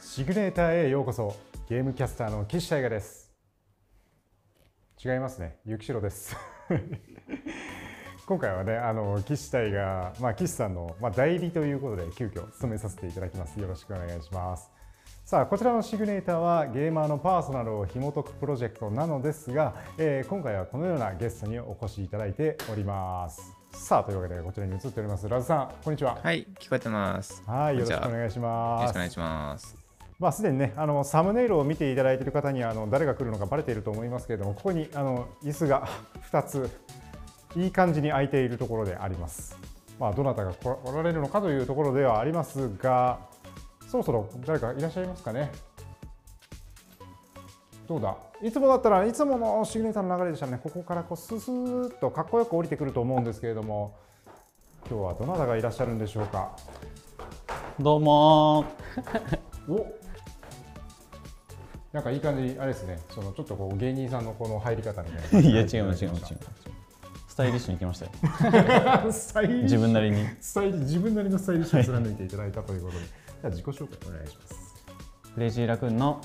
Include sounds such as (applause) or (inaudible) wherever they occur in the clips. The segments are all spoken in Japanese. シグネーターへようこそゲームキャスターの岸大賀です違いますねゆきしろです (laughs) 今回はねあの岸大賀まあ岸さんのまあ代理ということで急遽務めさせていただきますよろしくお願いしますさあこちらのシグネーターはゲーマーのパーソナルを紐解くプロジェクトなのですが、えー今回はこのようなゲストにお越しいただいておりますさあというわけでこちらに移っておりますラズさんこんにちははい、聞こえてます。はい、よろしくおこんにちは願いしよろましくすお。願いします。まあ、すでにね、あのサムネイルを見ていただいている方にはあの誰が来るのかバレていると思いますけれども、ここにあの椅子が2つ、いい感じに空いているところであります。まあ、どなたが来ら来られるのかというところではありますが、そろそろ誰かいらっしゃいますかね。どうだいつもだったらいつものシグネーターの流れでしたらね、ここからこうスースーっとかっこよく降りてくると思うんですけれども、今日はどなたがいらっしゃるんでしょうか。どうもおなんかいい感じ、あれですね、そのちょっとこう芸人さんのこの入り方みたいな感ーじ。 (laughs) いや違う違う違う違うスタイリッシュに来 (laughs) ましたよスタイリッシュ自分なりにスタイリ自分なりのスタイリッシュを貫いていただいたということで、じ (laughs) ゃあ自己紹介お願いします。クレイジーラクーンの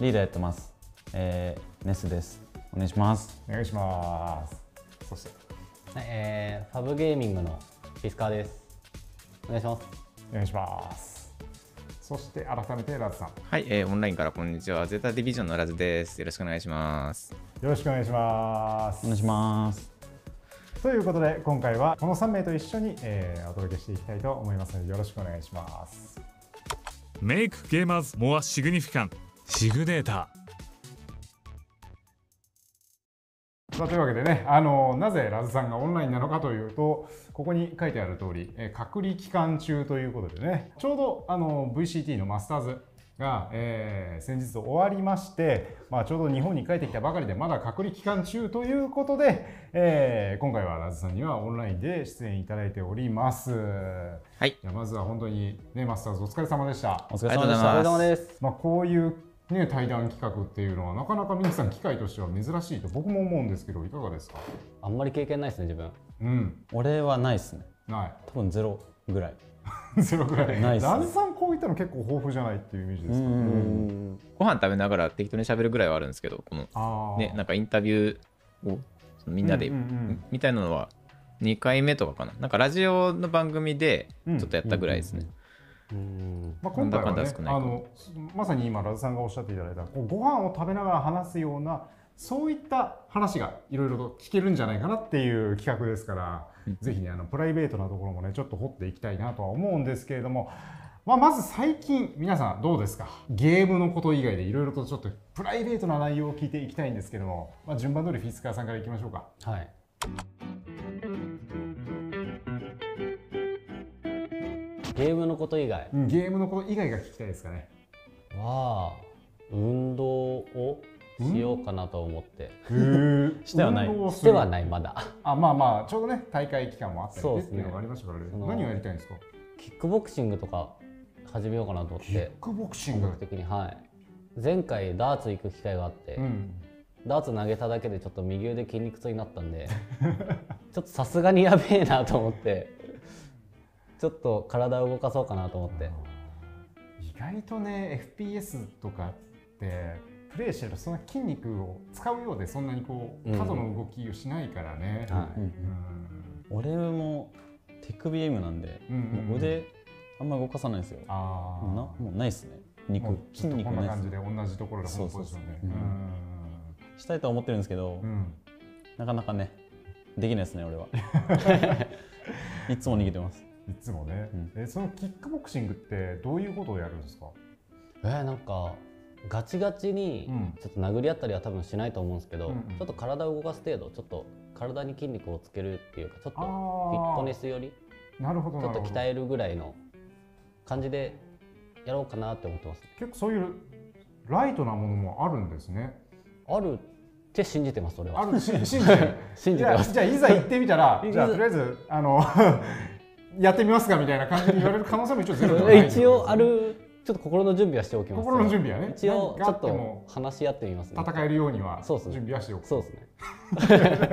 リーダーやってますえー、ネスですお願いしますお願いします。そして、えー、ファブゲーミングのフィスカーです。お願いします。お願いします。そして改めてラズさん、よはい、えーオンラインからこんにちは。ゼータディビジョンのラズです。よろしくお願いします。ろしくお願いしますお。願いしますということで今回はこの3名と一緒に、えーお届けしていきたいと思いますのでよろしくお願いします。 Make gamers more significant シグネータさあというわけでね、あのなぜラズさんがオンラインなのかというと、ここに書いてある通り、えー隔離期間中ということでね、ちょうどあの VCT のマスターズが、えー先日終わりまして、まあ、ちょうど日本に帰ってきたばかりで、まだ隔離期間中ということで、えー今回はラズさんにはオンラインで出演いただいております。はい、じゃあまずは本当に、ね、マスターズお疲れ様でした。お疲れ様でしありがとうございますお疲れ様でたす。まあ、こういう、ね、対談企画っていうのは、なかなか皆さん機会としては珍しいと僕も思うんですけど、いかがですかあんまり経験ないですね、自分。うん俺はないっすねな多分ゼロぐらいい。 (laughs) ゼロぐらい。ないっすねラズさんこういったの結構豊富じゃないっていうイメージですか。ご飯食べながら適当に喋るぐらいはあるんですけど、このあーね、なんかインタビューをそのみんなで、うんうんみたいなのは2回目とかかな。なんかラジオの番組でうんちょっとやったぐらいですね。うん。まあ、今回はなんだかんねだ少、ないあのまさに今ラズさんがおっしゃっていただいたこうご飯を食べながら話すようなそういった話がいろいろと聞けるんじゃないかなっていう企画ですから、ぜひねあのプライベートなところもねちょっと掘っていきたいなとは思うんですけれども。まあ、まず最近皆さんどうですかゲームのこと以外でいろいろとちょっとプライベートな内容を聞いていきたいんですけども、まあ、順番通りフィスカーさんからいきましょうかはい。ゲームのこと以外うんゲームのこと以外が聞きたいですかね。は、運動をしようかなと思って。してはない運動をすしてるはない、まだ。あまあまあちょうどね大会期間もあったりそうねっですてねいうのがありましたからねその何をやりたいんですかキックボクシングとか始めようかなと思っキッて、クボクシン本グ格的に。はい。前回ダーツ行く機会があって、うんダーツ投げただけでちょっと右腕筋肉痛になったんで (laughs) ちょっとさすがにやべえなと思ってちょっと体を動かそうかなと思って意外とね FPS とかってプレイしてるとそんな筋肉を使うようでそんなにこううん過度の動きをしないからね、はういん俺も手首 M なんで、うんうんうんもう腕あんま動かさないんですよなああもうないっすね肉もうち筋ょっと肉こんなないっ感すじで同じところでそ本うそポうジシそうョンでしたいとは思ってるんですけど、うんうんなかなかねできないです (laughs) ね俺はいつも逃げてますいつもね、うんえそのキックボクシングってどういうことをやるんですかえーなんかガチガチにうんちょっと殴り合ったりは多分しないと思うんですけど、うんうんちょっと体を動かす程度ちょっと体に筋肉をつけるっていうかちょっとあフーィットネスよりなるほどちなょっるとほど鍛えるぐらいの感じでやろうかなって思ってます結構そういうライトなものもあるんですね。あるって信じてますそれあは (laughs) るし信じてる信じじてゃまあすじゃあいざ行ってみた (laughs) らじゃあいざとりあえずあの (laughs) やってみますかみたいな感じに言われる可能性も一応ゼロではないってことですね (laughs) 一応あるちょっと心の準備はしておきます心の準備はね一応何ちかあょってとも話し合ってみますね戦えるように (laughs) はそう準っすね備はしておくそうですね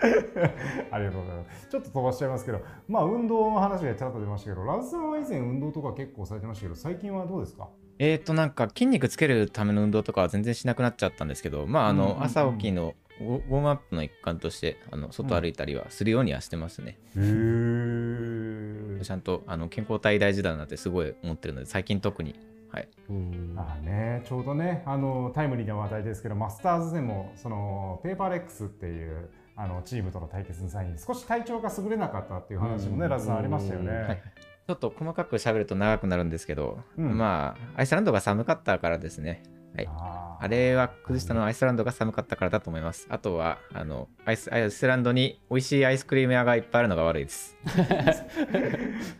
ありがとうございますちょっと飛ばしちゃいますけどまあ運動の話がちゃんと出ましたけどラズさんは以前運動とか結構されてましたけど最近はどうですかえっ、と、なんか筋肉つけるための運動とかは全然しなくなっちゃったんですけど、まあ、あうんうんうの、ん朝起きのウォウォームアップの一環として、あの外歩いたりはするようにはしてますね。へーちゃんとあの健康体大事だなってすごい思ってるので、最近特に。はい。うんああね、ちょうどねあのタイムリーな話題ですけどマスターズでもそのペーパーレックスっていうあのチームとの対決の際に少し体調が優れなかったっていう話もね、うんラズさんありましたよね。うんはいちょっと細かく喋ると長くなるんですけど、うんまあ、アイスランドが寒かったからですね。はいあーあれは崩したのはアイスランドが寒かったからだと思います。あとは、あの、アイス、アイスランドに美味しいアイスクリーム屋がいっぱいあるのが悪いです。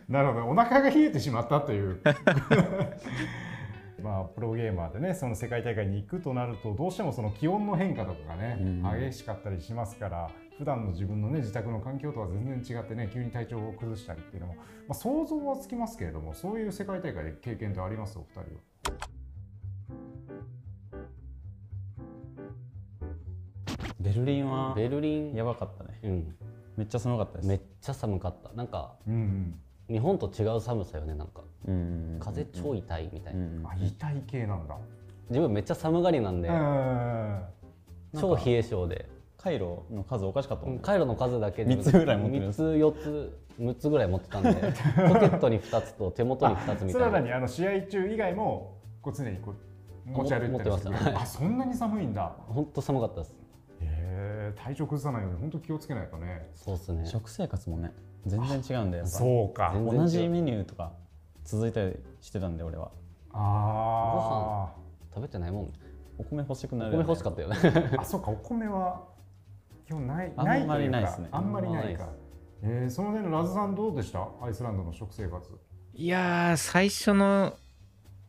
なるほどお腹が冷えてしまったという (laughs) まあプロゲーマーでねその世界大会に行くとなるとどうしてもその気温の変化とかがね、うん激しかったりしますから普段の自分のね自宅の環境とは全然違ってね急に体調を崩したりっていうのも、まあ、想像はつきますけれどもそういう世界大会で経験ってありますお二人は。ベルリンはベルリンやばかったねうん、めっちゃ寒かったですめっちゃ寒かったなんかうん日本と違う寒さよねなんかうん風超痛いみたいな、うん、あ痛い系なんだ。自分めっちゃ寒がりなんで、うん超冷え性でカイロの数おかしかったもんねカイロの数だけ三つぐらい持ってる3つ4つ6つぐらい持ってたんでポケットに2つと手元に2つ (laughs) みそたれいらなにあの試合中以外もこう常にこう持ち歩いてたりす持るってますはいあそんなに寒いんだ。本当寒かったですへえ体調崩さないように本当気をつけないとねそうっすね食生活もね全然違うんだよやっぱそうか全然違う同じメニューとか続いたりしてたんで俺はあ食べてないもんお米欲しくなおる米よね欲しかったよねーあそうかお米は基本ないあんないとまいりうないでかすねあんまりないかあんまえーその辺のラズさんどうでしたアイスランドの食生活いやー、最初の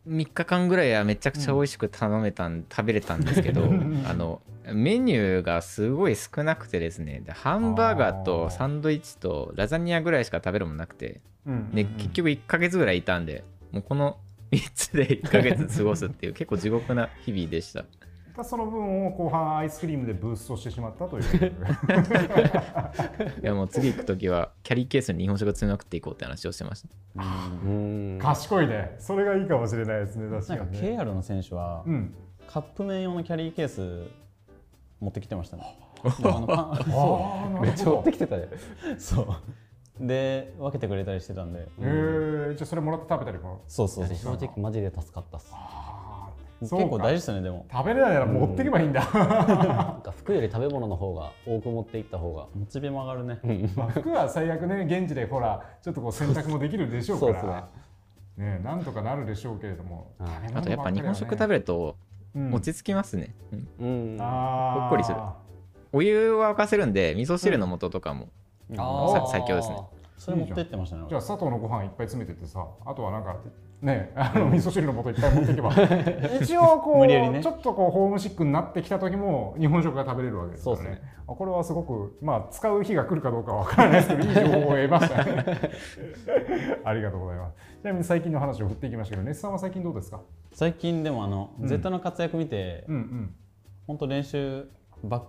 3日間ぐらいはめちゃくちゃ美味しく頼めたん、食べれたんですけど、あの、メニューがすごい少なくてですね、でハンバーガーあとーサンドイッチとラザニアぐらいしか食べるもんなくて、で、結局1ヶ月ぐらいいたんで、もうこの3つ (laughs) で1ヶ月過ごすっていう、結構地獄な日々でした。だその分を後半アイスクリームでブーストしてしまったといういやもう次行く時はキャリーケースに日本酒が詰めまくっていこうって話をしてました。うーん賢いねそれがいいかもしれないですね確なんかかに、ね、 KR の選手はうんカップ麺用のキャリーケース持ってきてましたねであのパあンあなめるっちゃ持ほどってきてたねそうで分けてくれたりしてたんでえー、じゃあそれもらって食べたりもそうそうそう正直マジで助かったっすあー結そうか構大事ですよねでも食べれないなら持ってけばいいんだ、なんか服より食べ物の方が多く持っていった方がモチベも上がるねまあ、服は最悪ね現地でほらちょっとこう洗濯もできるでしょうからそうねえなんとかなるでしょうけれども、うん食べあ物とやっぱ日本食食ばべかるとりはねうん落ち着きますね。うんうんあーほっこりするお湯は沸かせるんで味噌汁の素とかも、あーさ最強ですねそれ持ってってましたねじゃあ佐藤のご飯いっぱい詰めてってさあとはなんかねえあの味噌汁の素いっぱい持っていけば一応こう、無理やりねちょっとこうホームシックになってきた時も日本食が食べれるわけですからねそうですねあこれはすごくまあ使う日が来るかどうかはわからないですけどいい情報を得ましたねありがとうございますちなみに最近の話を振っていきましたけどネスさんは最近どうですか最近でもあの、うんゼッタの活躍見て、うんうん本当練習ばっ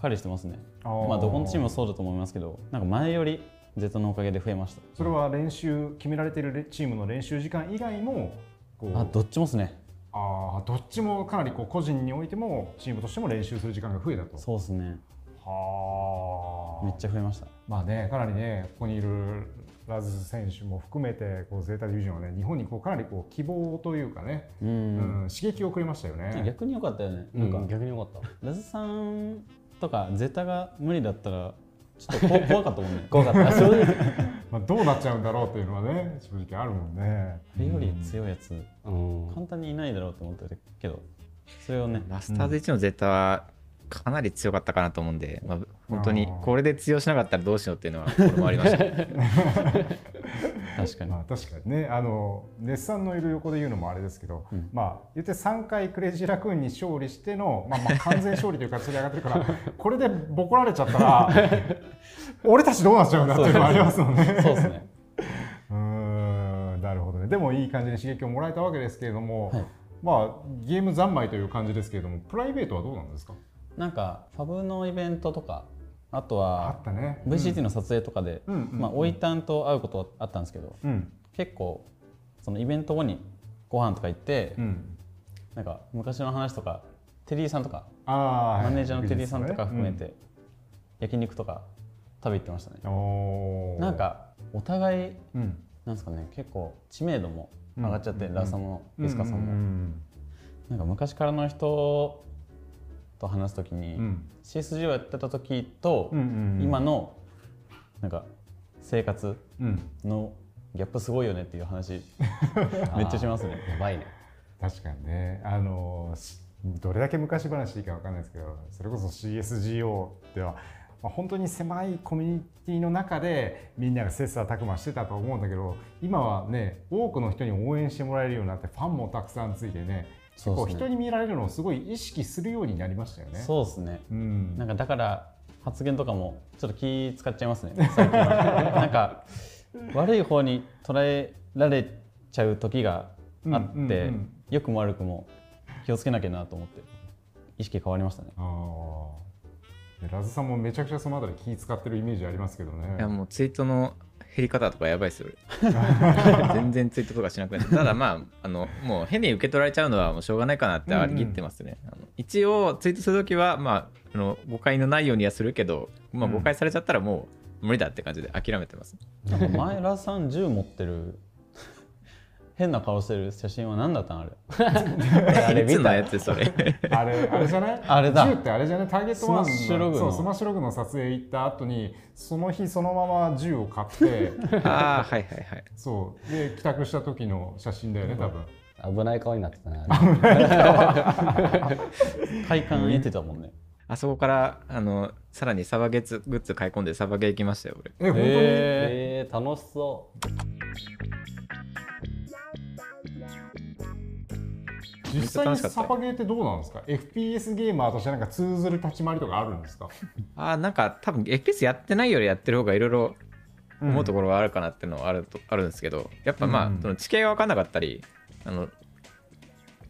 かりしてますねあーまあどこのチームもそうだと思いますけどなんか前よりゼッタのおかげで増えましたそれは練習決められているレチームの練習時間以外もこうあどっちもっすねあーどっちもかなりこう個人においてもチームとしても練習する時間が増えたと。そうですねはあめっちゃ増えましたまあねかなりねここにいるラズ選手も含めてこうゼータディビジョンはね日本にこうかなりこう希望というかね、うんうん刺激をくれましたよね。逆に良かったよね、うんなんか逆に良かったラズさんとかゼッタが無理だったらちょっとこ (laughs) 怖かったもんね怖かった正直まあ、どうなっちゃうんだろうというのはね正直あるもんね。あれより強いやつうん簡単にいないだろうと思ってたけどそれをねマスターズ1のゼータはかなり強かったかなと思うんで、まあ、本当にこれで通用しなかったらどうしようっていうのはこれもありました (laughs) ね、確かにまあ、確かにねあの熱さんのいる横で言うのもあれですけど、うんまあ言って3回クレイジーラクーンに勝利しての、まあ、まあ完全勝利という形で上がってるから (laughs) これでボコられちゃったら俺たちどうなっちゃうんだっていうのはありますもんね。そうですねうーんなるほどねでもいい感じに刺激をもらえたわけですけれども、はいまあゲーム三昧という感じですけれどもプライベートはどうなんですかなんかファブのイベントとかあとあはったね。 VCT の撮影とかで、うんうんまあ、おいたんと会うことはあったんですけどうん結構そのイベント後にご飯とか行って、うん、なんか昔の話とかテリーさんとかああ、はいマネージャーのテリーさんとか含め、いいて焼肉とか食べ行ってましたねですねうん、おーなん、かお互いうん、なんですかね結構知名度も上がっちゃって、うんラーさんもビスカさんも、うんなんか昔からの人と話すときに、うん CSG をやってた時と、うんうんうん今のなんか生活うんうん、のギャップすごいよねっていう (laughs) 話めっちゃしますねやばいね確かにねあのしどれだけ昔話いいかわかんないですけどそれこそ CSGO では、まあ、本当に狭いコミュニティの中でみんなが切磋琢磨してたと思うんだけど今はね多くの人に応援してもらえるようになってファンもたくさんついてねそうこうです人ねに見られるのをすごい意識するようになりましたよね。そうですねうんなんかだから発言とかもちょっと気使っちゃいますね (laughs) 最近はなんか悪い方に捉えられちゃう時があって、うんうんうん良くも悪くも気をつけなきゃなと思って意識変わりましたねああラズさんもめちゃくちゃそのあたり気使ってるイメージありますけどね。いやもうツイートの減り方とかやばい (laughs) ですよ俺全然ツイートとかしなくなったただまああのもう変に受け取られちゃうのはもうしょうがないかなってありきってますね、あの一応ツイートするときはまああの誤解のないようにはするけど、まあ、うん誤解されちゃったらもう無理だって感じで諦めてます、なんか前ラさん銃持ってる (laughs) 変な顔してる写真は何だったんあれあれいつのやつそ (laughs) れあれ、あれじゃないあれだ銃ってあれじゃないターゲットワンのスマッシュログのそう、スマッシュログの撮影行った後に、その日そのまま銃を買 (laughs) って、ああはいはいはいそう、で、帰宅した時の写真だよね、多分。危ない顔になってたねあれ体感得てたもんね、あそこからあのさらにサバゲツグッズ買い込んでサバゲ行きましたよ俺え、本当に、ええー、楽しそ実際めにっちゃ楽しかったサバゲーってどうなんですか ?FPS ゲーマーとしてなんか通ずる立ち回りとかあるんですかあーなんか多分 FPS やってないよりやってる方がいろいろ思うところはあるかなっていうのはあると、あるんですけどやっぱまあ、うんその地形が分かんなかったりあの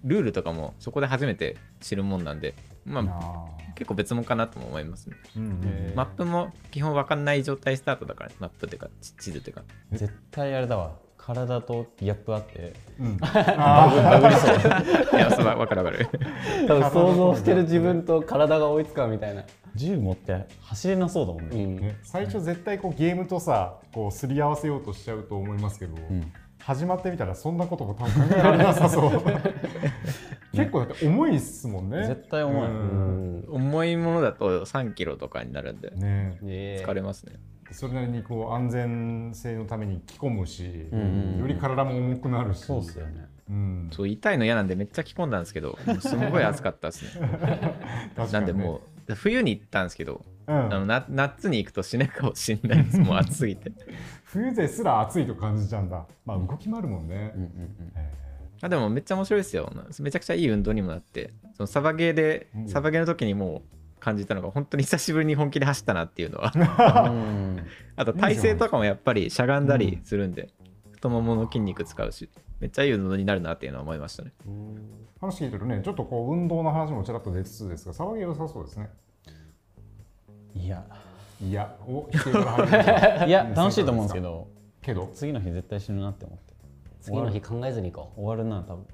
ルールとかもそこで初めて知るもんなんでまああ結構別物かなとも思いますね、ーうんえーマップも基本分かんない状態スタートだからマップっていうか地地図っていうか絶対あれだわ体とギャップあってうんあいやそう分かる分 (laughs) かるう多分想像してる自分と体が追いつかんみたいな、銃持って走れなそうだもんうね、ーん、ね最初絶対こうゲームとさ、こうすり合わせようとしちゃうと思いますけど、うん始まってみたらそんなことも多分考えられなさそう (laughs) 結構だって重いっすもんね絶対重いうん重いものだと3キロとかになるんでねええ疲れますね、それなりにこう安全性のために着込むし、うんうんうんより体も重くなるしそうっすよねうん、そう痛いの嫌なんでめっちゃ着込んだんです (laughs) けどもうすごい暑かったですねなんでもう冬に行ったんですけどう、うんあのな夏に行くと死ぬかもしれない (laughs) です。もう暑すぎて。冬ですら暑いと感じちゃうんだまあ動き回るもんね、うんうんえあでもめっちゃ面白いですよ。めちゃくちゃいい運動にもなって、そのサバゲーでう、んサバゲーの時にもう感じたのが、本当に久しぶりに本気で走ったなっていうの (laughs) は。うんあと体勢とかもやっぱりしゃがんだりするんで、太ももの筋肉使うし、めっちゃいい運動になるなっていうのは思いましたね。ー話聞いてるとねちょっとこう運動の話もちらっと出つつですが騒ぎ良さそうですねい (laughs) やいやお否定から入るいや楽しいと思うんですけどけど次の日絶対死ぬなって思って次の日考えずに行こ終わるな多分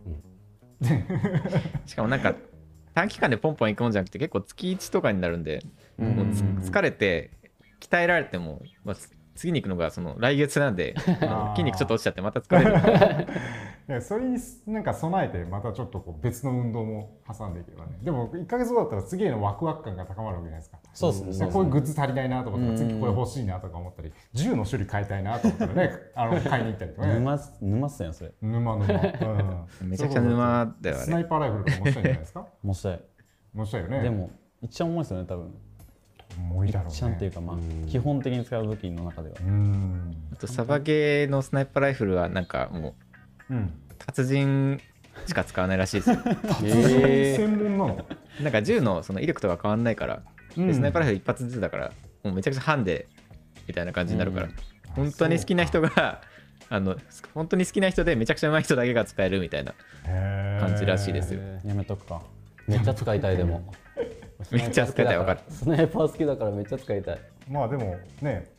しかもなんか、短期間でポンポン行くもんじゃなくて、結構月1とかになるんで、もうつ疲れて、鍛えられても、まあ、つ次に行くのがその来月なんで、 (laughs) あの筋肉ちょっと落ちちゃって、また疲れるんで (laughs) いやそれになんか備えてまたちょっとこう別の運動も挟んでいけばねでも1か月後だったら次へのワクワク感が高まるわけじゃないですかそうっすねんこういうグッズ足りないなと思ったらうん次これ欲しいなとか思ったり銃の種類変えたいなと思ったらね (laughs) あの買いに行ったりとかね沼す沼っすやんそれ沼沼、うん、めちゃくちゃ沼だよスナね。イパーライフルとか面白いんじゃないですかもしたい面白いよねでも一番重いですよね多分もういいだろうね一番っていうかまあ基本的に使う武器の中ではうんあとサバゲーのスナイパーライフルはなんかもうんう達人しか使わないらしいです (laughs) よ。専門なの、なんか銃のその威力とか変わんないから、でうんスナイパーライフル一発ずつだからもうめちゃくちゃハンデみたいな感じになるから、うん本当に好きな人ががあの本当に好きな人でめちゃくちゃ上手い人だけが使えるみたいな感感じらしいですよ。やめとくかう (laughs) めっちゃ使いたいでもめっちゃ使いたいわかる。スナイパー好きだからめっちゃ使いたいまあでもね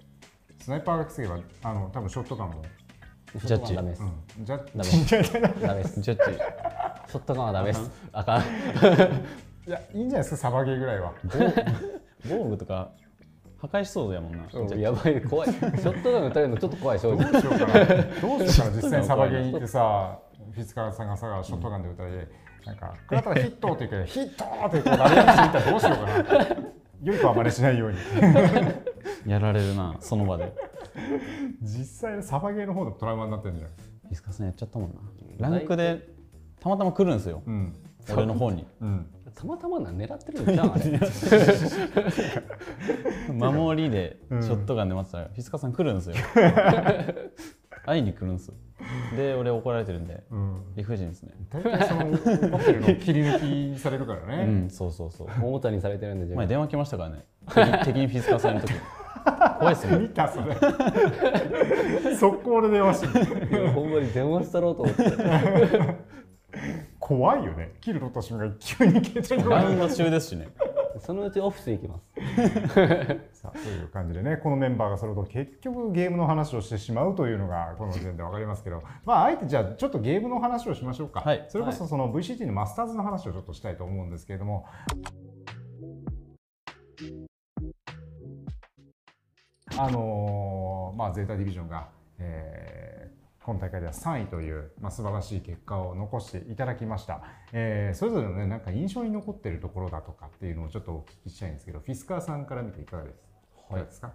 スナイパーがつけばあの多分ショットガンもショットガンはダメです。うんじゃダメ (laughs) ダメです。ジャッジショットガンはダメです。あかん。 (laughs) いやいいんじゃないですかサバゲーぐらいは防具とか破壊しそうやもんなジャッジやばい、怖い。ショットガン撃たれるのちょっと怖い、正ど直。うしようかなどう (laughs) しようかな実際にサバゲーに行ってさフィスカルさんがさショットガンで撃たれてなんかこれだったらヒット (laughs) って言うけどヒットってこうラリアットしていったらどうしようかな良い子は真似しないようにやられるなその場で実際サバゲーの方のトラウマになってるんじゃないビスカスさんやっちゃったもんなランクでたまたま来るんですようん俺の方にうんたまたまな狙ってるのじゃん、あれ。守りでうシんョットガンで待ってたらフィスカスさん来るん (laughs) ですよ会いに来るんですよで俺怒られてるんでうん理不尽ですね大体その怒ってるのを切り抜きされるからうね、んそうそうそう (laughs) 大谷されてるんで、自前分。電話来ましたからね敵敵にフィスカスさん (laughs) の時怖いっすよね見たそれ速攻で電話してるほんまに電話したろうと思って。怖いよね切るロトシムが急に消えてくるラウンド中ですしねそのうちオフィス行きます。さあという感じでねこのメンバーが揃うと結局ゲームの話をしてしまうというのがこの時点で分かりますけどまああえてじゃあちょっとゲームの話をしましょうか、はいそれこそその VCT のマスターズの話をちょっとしたいと思うんですけれども、あのーまあ、ゼータディビジョンが、えー今大会では3位という、まあ、素晴らしい結果を残していただきました、えーそれぞれの、ね、なんか印象に残っているところだとかっていうのをちょっとお聞きしたいんですけどフィスカーさんから見ていかがです,、いかはいがですか、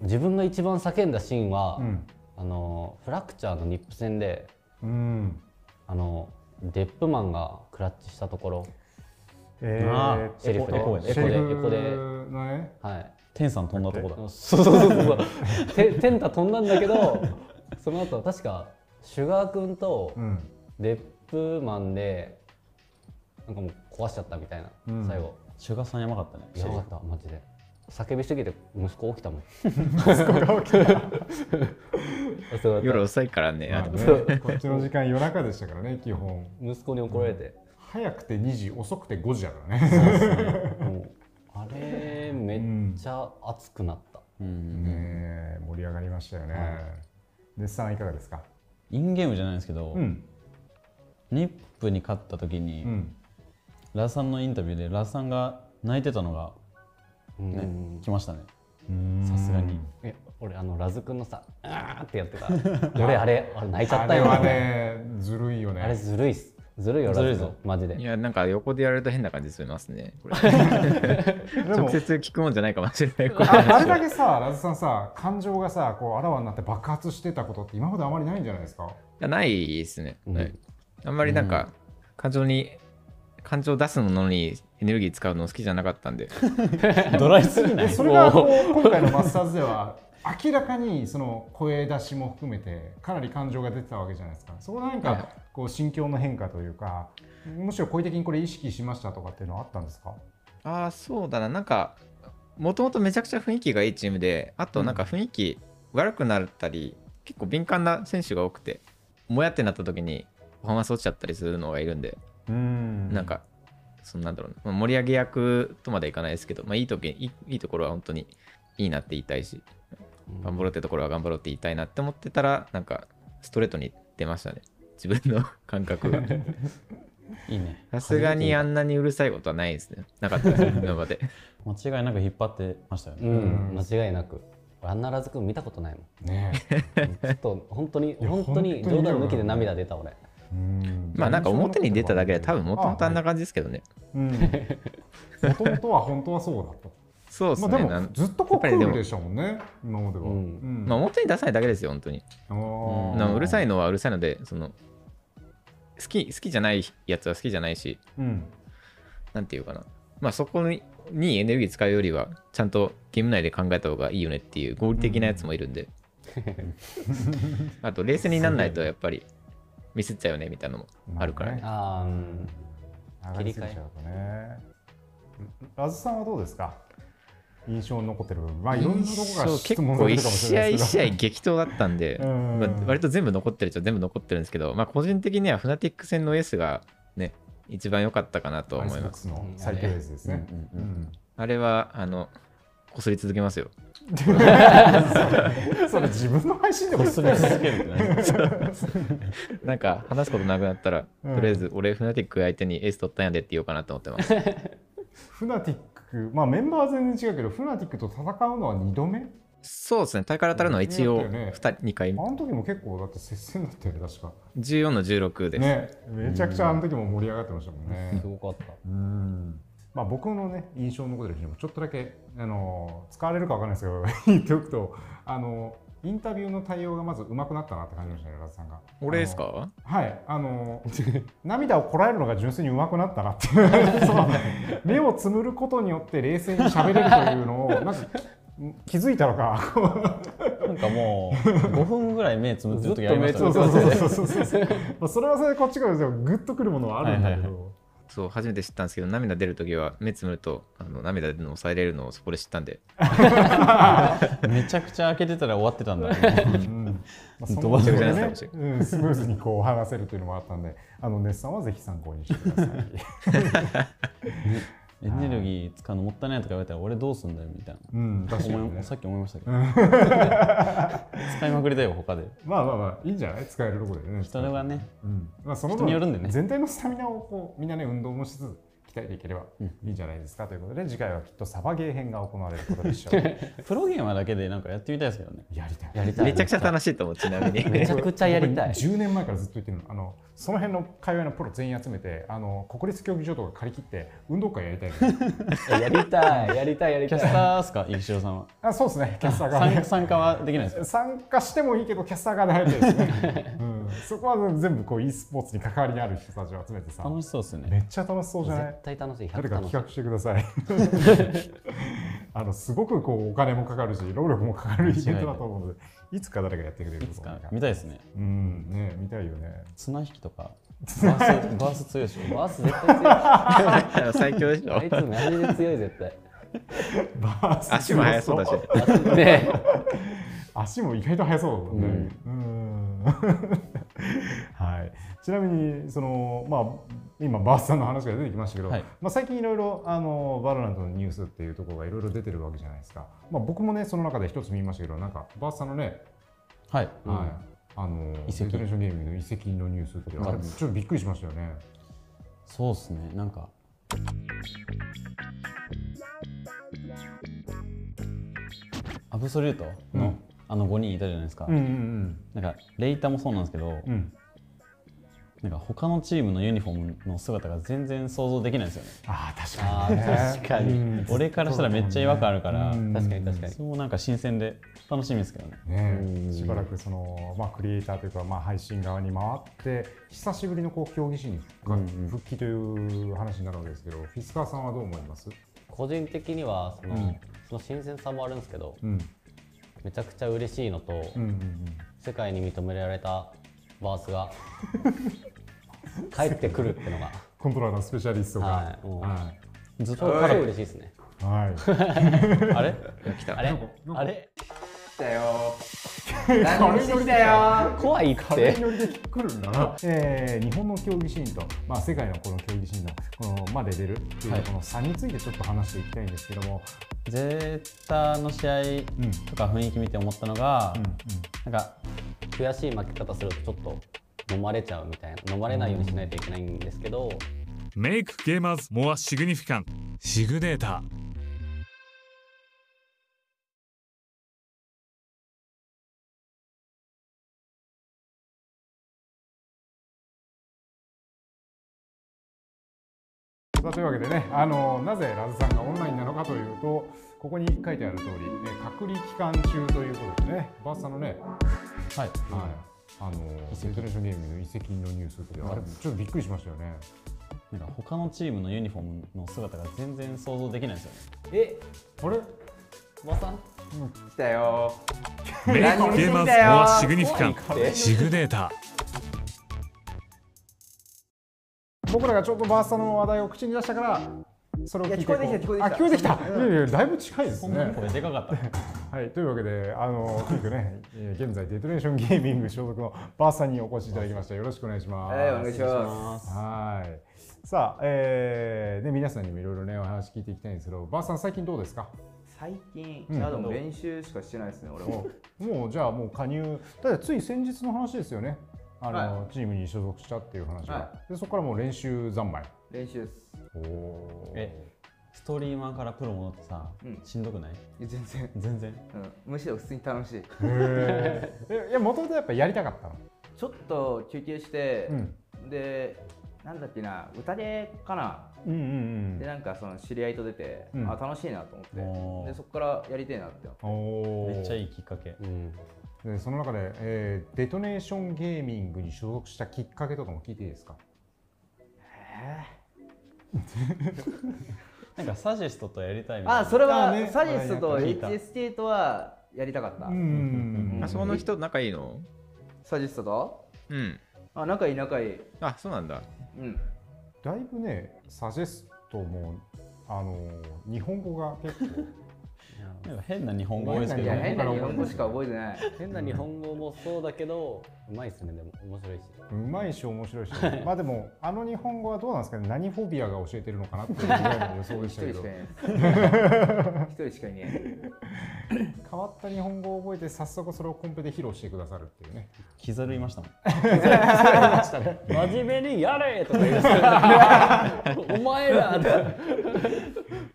自分が一番叫んだシーンは、うんあのフラクチャーのニップ戦でうんあのデップマンがクラッチしたところ、えあーシェリフでエコエコでシェリフエコでのねはい、天さん飛んだとこだそうそうそうそう (laughs) て天太飛んだんだけどその後確かシュガー君とうんデップマンでなんかもう壊しちゃったみたいな、うん最後シュガーさんやばかったねやばかったマジで叫びすぎて息子起きたもん息子が起きた夜遅いからね、まああれねこっちの時間夜中でしたからね (laughs) 基本 (laughs) 息子に怒られて、早くて2時遅くて5時だからねもうあれめっちゃ熱くなった、うんねえ盛り上がりましたよね、デッサンいかがですかインゲームじゃないんですけど、うんニップに勝った時に、うんラさんのインタビューでラさんが泣いてたのがうん来ましたね、さすがにえ俺あのラズくんのさ「あー」ってやってた俺あれあれ泣いちゃったよあれはねずるいよねあれずるいっすずるいよずるラいズぞくんマジでいや、なんか横でやると変な感じしますね。これ (laughs) でも直接聞くもんじゃないかもしれない。これああれだけさラズさんさ感情がさこうあらわになって爆発してたことって今まであまりないんじゃないですかいやないですね、うんはいあんまりなんか、感情に感情出すものにエネルギー使うの好きじゃなかったんでドライすぎないそれがこう今回のマスターズでは明らかにその声出しも含めてかなり感情が出てたわけじゃないですかそこなんはいかこう心境の変化というかむしろ声的にこれ意識しましたとかっていうのはあったんですか (laughs) ああそうだななんかもともとめちゃくちゃ雰囲気がいいチームであとなんか雰囲気悪くなったり、結構敏感な選手が多くてもやってなった時にパフォーマンス落ちちゃったりするのがいるんで、うんなんかそんなんだろうなまあ盛り上げ役とまではいかないですけど、まあ、いい時いいいいところは本当にいいなって言いたいし頑張ろうってところは頑張ろうって言いたいなって思ってたらなんかストレートに出ましたね自分の (laughs) 感覚がいいねさすがにあんなにうるさいことはないですねなかったです今 (laughs) まで間違いなく引っ張ってましたようね、ん間違いなく俺あんなラズくん見たことないもんね (laughs) ちょっと本当にいや本当本に当に冗談抜きで涙出た俺えうんまあなんか表に出ただけで多分もともとあんな感じですけどねうんもともとは本当はそうだと (laughs) そうでますあね、でなもんずっとこうクやっぱりでーもルでしたもんね今まではうんんまあ、表に出さないだけですよ本当にあーなんかうるさいのはうるさいのでその好き好きじゃないやつは好きじゃないしうんなんていうかなまあそこににエネルギー使うよりはちゃんとゲーム内で考えた方がいいよねっていう合理的なやつもいるんで、あと冷静にならないとやっぱりミスっちゃうよねみたいなのもあるからね,、ああうん上がりすぎちゃうとねラズさんはどうですか印象に残ってる部分まあいろんなとこからそう質結問が構出一るかもし試れな合いで一す試け合激闘だったんで、うんまあ、割と全部残ってるっちゃ全部残ってるんですけど、まあ、個人的には船ティック戦のエースがね一番良かったかなどと思アイいスボッまクすスの最強エースですねうんうんうんあれはあのこすり続けますよ。 (laughs) それ自分の配信でもこすり続けるっ (laughs) てね。なんか話すことなくなったら、うんとりあえず俺フナティック相手にエース取ったんやでって言おうかなと思ってます。フナティック、まあメンバーは全然違うけど、フナティックと戦うのは2度目そうですね、大会当たるのは一応うんや2っ人、2回あ、の時も結構だって接戦だったよね、確か。 14の16です。ね、めちゃくちゃあの時も盛り上がってましたもんねす。ごかったうんまあ、僕のね印象のことですねちょっとだけあの使われるかわかんないですけど (laughs) 言っておくとあのインタビューの対応がまず上手くなったなって感じましたねラズさんが。俺ですかあのはいあの (laughs) 涙をこらえるのが純粋に上手くなったなっていうその (laughs) 目をつむることによって冷静に喋れるという (laughs) のをなんか気づいたのかこうなんかもう5分ぐらい目つむってる時ありましたそねうそうそうそうそう (laughs) そうまあそれはそれでこっちからでもグッとくるものはあるんだけど、はいはそう、初めて知ったんですけど、涙出るときは目つむるとあの涙出るのを抑えれるのをそこで知ったんで、めちゃくちゃ開けてたら終わってたんだ (laughs) ね。うんまあドそんバなドことバでになっねてたか、うん、スムーズにこう話せるというのもあったんで、あの、ネスさんはぜひ参考にしてください。エネルギー使うのもったいないとか言われたら俺どうすんだよみたいな。うん、確かに思ねい。さっき思いましたけ (laughs) ど。使いまくりだよ他で。まあまあまあ、いいんじゃない使えるところでね。人はね、うん。まあ、その人によるんでね全体のスタミナをこう、みんなね、運動もしつつ、鍛えていければいいんじゃないですかということで、次回はきっとサバゲー編が行われることでしょう。プロゲーマーだけでなんかやってみたいですけどね。やりたい。やりたいめちゃくちゃ楽しいと思う、ちなみに。めちゃくちゃやり (laughs) たい僕10年前からずっと言ってるのあのその辺の界隈のプロ全員集めてあの国立競技場とか借り切って運動会やりたいのややりたいやりたいやりキたャいスターっすか、イキシロさんは。あそうですねキャスターが、ね参、参加はできないですか参加してもいいけどキャスターがないですね、うん、そこは全部こう e スポーツに関わりのある人たちを集めてさ楽しそうですよめね。っちゃ楽しそうじゃない絶対楽しい誰100か楽し企い画してくださいあのすごくこうお金もかかるし労力もかかるイベントだと思うのでいつか誰かやってくれるいとつ思うかから見たいですね。うんね見たいよね綱引きとか、バース、バース強いでしょ。バース絶対 (laughs) 強最強でしょいあいつマジで強い絶対バース足も速そうだし。ね足も意外と速そうだもんね。うーん (laughs) はい、ちなみにその、まあ、今バースさんの話が出てきましたけど、はいまあ、最近いろいろあのバロラントのニュースっていうところがいろいろ出てるわけじゃないですか、まあ、僕もねその中で一つ見ましたけどなんかバースさんのね、はい。はい、あの移籍インターネーションゲームの移籍のニュースってあれちょっとびっくりしましたよね。そうですね。なんか、アブソリュートうの、んあの5人いたじゃないですか。んなんか、レイタもそうなんですけど、うんうん、なんか他のチームのユニフォームの姿が全然想像できないんですよね。ああ確あかに、ね、ー確かにうん俺からしたらめっちゃ違和感あるから、うん確かに確かにそれもなんか新鮮で楽しみですけどね。ね、しばらくその、まあ、クリエイターというか、まあ、配信側に回って久しぶりのこう競技士に復活うんうん復帰という話になるわけですけど、フィスカーさんはどう思います、個人的にはその,、うんその新鮮さもあるんですけどうんめちゃくちゃ嬉しいのと、うんうん世界に認められたバースが帰ってくるってのがコントローラーのスペシャリストが、はいもうはずっととから嬉しいですねいはいあれ来たあれなんかあれ軽いノリだよ怖いっ軽いてノリで来るんだな、 (laughs) えー日本の競技シーンと、まあ、世界のこの競技シーンのこの、まあ、レベルっていうはいこの差についてちょっと話していきたいんですけども、ゼータの試合うんとか雰囲気見て思ったのが、なんか悔しい負け方するとちょっと飲まれちゃうみたいな飲まれないようにしないといけないんですけど、メイクゲーマーズモアシグニフィカンシグネータさあというわけでねあのなぜラズさんがオンラインなのかというとここに書いてある通り、ね、隔離期間中ということでねバースさんのね、ははい、い、あのインターネーションゲームの移籍のニュースってあれちょっとびっくりしましたよねなんか他のチームのユニフォームの姿が全然想像できないんですよねえあれおばさんーメイクゲーマーズモアシグニフィカン怖いってシグネータ僕らがちょっとバースさんの話題を口に出したからそれを聞いてこういや聞こえてきたあ聞こえてきたいやいやだいぶ近いですねこれでかかったはい、というわけで、あの、クイックね、 (laughs) えー現在デトネーションゲーミング所属のバーサにお越しいただきました。よろしくお願いします。。はいお願いしますはい。さあ、えー、ね、皆さんにもいろいろね、お話聞いていきたいんですけど、バーサさん、最近どうですか。最近、うんあでも練習しかしてないですね、俺 (laughs) も。もうじゃあもう加入だってつい先日の話ですよねあの、はチームに所属したっていう話が、はでそこからもう練習三昧練習です。おおえストリーマーからプロ戻ってさ、うんしんどくないいや全然、全然うん、むしろ普通に楽しい。いやもともとやっぱやりたかったのちょっと休憩してう、んで、なんだっけな、歌でかな、うんうんで、なんかその知り合いと出て、うんあ楽しいなと思っおーて、でそこからやりてえなって思って。うんおめっちゃいいいきっかけうん、でその中で、えーデトネーションゲーミングに所属したきっかけとかも聞いていいですかなんかサジェストとやりたいみたいなあ、それあは、ねサジェストと聞いた HST とはやりたかった。んうんあそこの人仲いいのサジェストとうんあ、仲いい仲いい。あそうなんだうん。だいぶねサジェストもあの日本語が結構なんか変な日本語多いですけいどや、い変なや日本語しか覚えてない。変な日本語もそうだけどうまいっすねでも面白いしうまいし面白いしまあでもあの日本語はどうなんですかね何フォビアが教えてるのかなっていうぐらいの予想で一したけ (laughs) 人しどかいない。 (laughs) 一人しかいない。変わった日本語を覚えて早速それをコンペで披露してくださるっていうねキザルいましたもん真面目にやれとか言い出してお前らと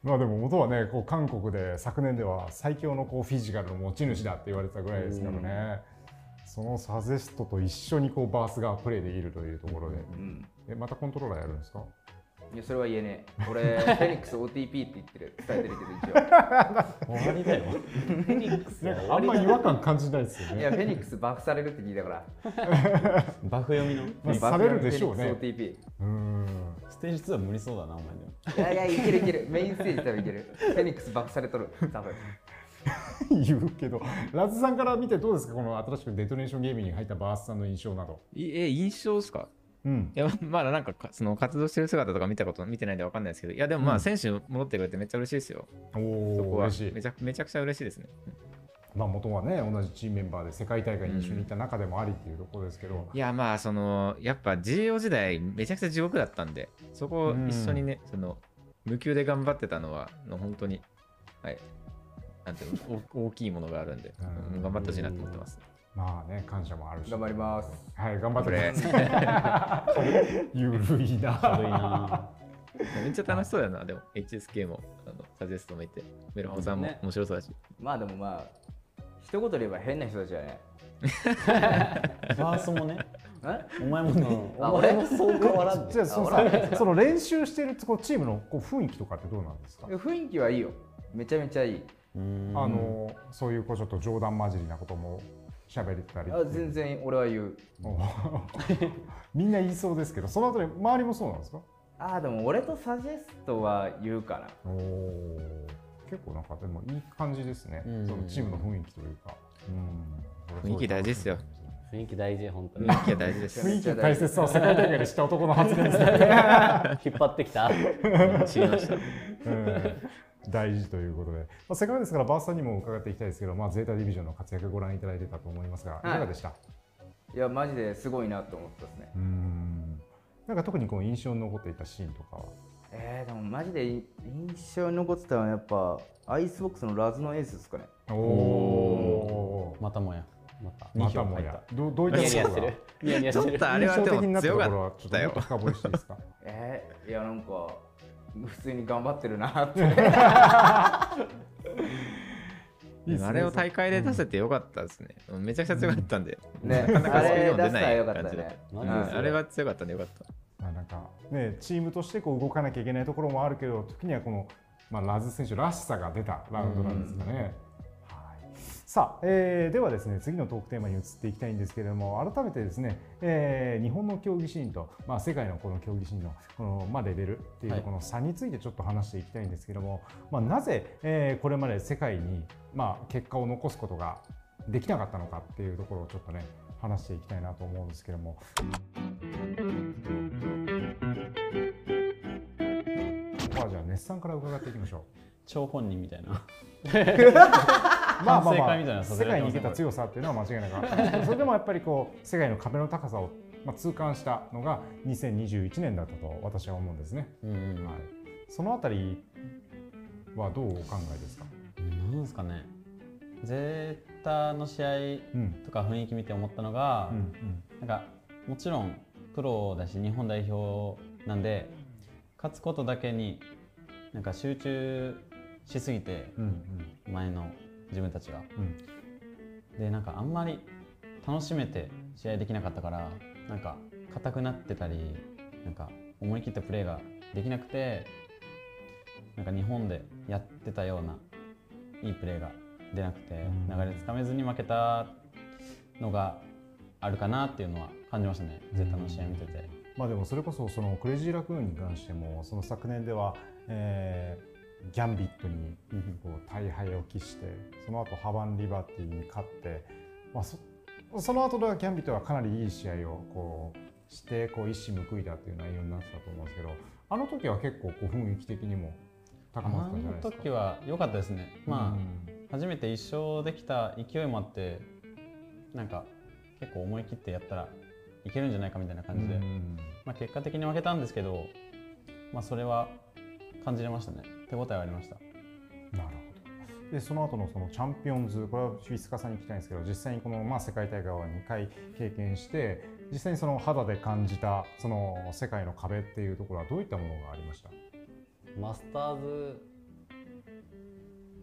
まあでも元はねこう韓国で昨年では最強のこうフィジカルの持ち主だって言われてたぐらいですからねそのサジェストと一緒にこうバースがプレイできるというところでうん。えまたコントローラーやるんですかいや、それは言えねえ。俺、フ (laughs) ェニックス OTP って言ってる。伝えてるけど、終わりだよフェニックスは終あわんりまだ違和感感じないですよ (laughs) 一応。いねや、フェニックスバフされるって聞いたから。バフ読みのまあされるでしょうねフェニックうーん (laughs) ステージ2は無理そうだなお前でもス OTP。いやいや、いけるいける。メインステージ多分いける。フェニックスバフされとる。多分。言うけどラズさんから見てどうですかこの新しくデトネーションゲームに入ったバースさんの印象などいえ印象ですかうんいやまだなんかかその活動してる姿とか見たこと見てないんでわかんないですけどいやでもまうんあ選手戻ってくれてめっちゃ嬉しいですよ、おそこおは嬉しいめちゃめちゃくちゃ嬉しいですねまあ元はね同じチームメンバーで世界大会に一緒に行った中でもありっていうところですけどいやまあそのやっぱ GO 時代めちゃくちゃ地獄だったんでそこを一緒にね、その無給で頑張ってたのはの本当にはいなんていうのお大 (laughs) きいものがあるんで、うんうん頑張ってほしいなと思ってますまあね感謝もあるし頑張りますはい頑張ってこくれださい (laughs) ゆるいな軽いな (laughs) めっちゃ楽しそうだなでも HSK もあのサジェストもいてメルホンさんもね面白そうだし、まあでもまあ、一言で言えば変な人たちだね。バースもねえお前もねあ俺もそう変わらんでじゃあそのさその練習してるこうチームのこう雰囲気とかってどうなんですか雰囲気はいいよ。めちゃめちゃいい。あのそういうこうちょっと冗談交じりなことも喋れたりあ全然俺は言う。お (laughs) みんな言いそうですけどその後で周りもそうなんですかあーでも俺とサジェストは言うかな。おー結構なんかでもいい感じですね、うんそのチームの雰囲気というか、うん雰囲気大事ですよ (laughs) 雰囲気大事本当に雰囲気は大事です雰囲気の大切さを世界大会で知った男の発言ですね、引っ張ってきた知りましたうん大事ということで、まあ、せっかくですからバースさんにも伺っていきたいですけど、まあ、ゼータディビジョンの活躍ご覧いただいてたと思いますが、い、かがでしたいや、マジですごいなと思ったですね。うんなんか特にこう印象に残っていたシーンとかはえー、でもマジで印象に残ってたのはやっぱアイスボックスのラズのエースですかねおおまたもやまたままたたももややどうどういったニヤニとこヤしてろるニヤニヤちしょてっるとあがれ印はで象的にもなった強とこかろはちょっっとたもよっと深掘りしていいですかえー、いやなんか普通に頑張ってるな (laughs) っていいですねあれを大会で出せてよかったですね。めちゃくちゃ強かったんで。ねなかなかあそういうれの出出したらないよかった感じだねっマた。うジでんすよあれは強かったね、よかった。まあ、なんか、ね、チームとしてこう動かなきゃいけないところもあるけど時にはこの、まあ、ラズ選手らしさが出たラウンドなんですかね。はいさあ、えーではですね次のトークテーマに移っていきたいんですけれども改めてですね、えー日本の競技シーンと、まあ、世界のこの競技シーンのこの、まあ、レベルっていうはいこの差についてちょっと話していきたいんですけれども、まあ、なぜ、えーこれまで世界に、まあ、結果を残すことができなかったのかっていうところをちょっとね話していきたいなと思うんですけれどもまあじゃあ熱さんから伺っていきましょ張本人みたいなう。まあまあ反省ま会みたいなあのさせ世ら界れてに行けますねた強さっていうのは間違いなくあったんですけど、それでもやっぱりこう世界の壁の高さをまあ痛感したのが2021年だったと私は思うんですね。うんはい。そのあたりはどうお考えですか。なんですかねゼータの試合うんとか雰囲気見て思ったのが、うんなんかもちろんプロだし日本代表なんで勝つことだけになんか集中しすぎてうんうん前の自分たちがうんでなんかあんまり楽しめて試合できなかったからなんか硬くなってたりなんか思い切ったプレーができなくてなんか日本でやってたようないいプレーが出なくてうん流れつかめずに負けたのがあるかなっていうのは感じましたね絶対の試合見てて。まあでもそれこそそのクレイジーラクーンに関してもその昨年では、えーギャンビットにこう大敗を喫してその後ハバン・リバティに勝って、まあ、そその後ではギャンビットはかなりいい試合をこうしてこう一矢報いたっていう内容になってたと思うんですけどあの時は結構こう雰囲気的にもあ高まってたんじゃのないですか。時は良かったですね、まあうん初めて一勝できた勢いもあってなんか結構思い切ってやったらいけるんじゃないかみたいな感じで、うんまあ、結果的に負けたんですけど、まあ、それは感じれましたね手応えはありましたなるほど。でその後のそのチャンピオンズこれはフィスカさんに聞きたいんですけど実際にこのまあ世界大会を2回経験して実際にその肌で感じたその世界の壁っていうところはどういったものがありました？マスターズ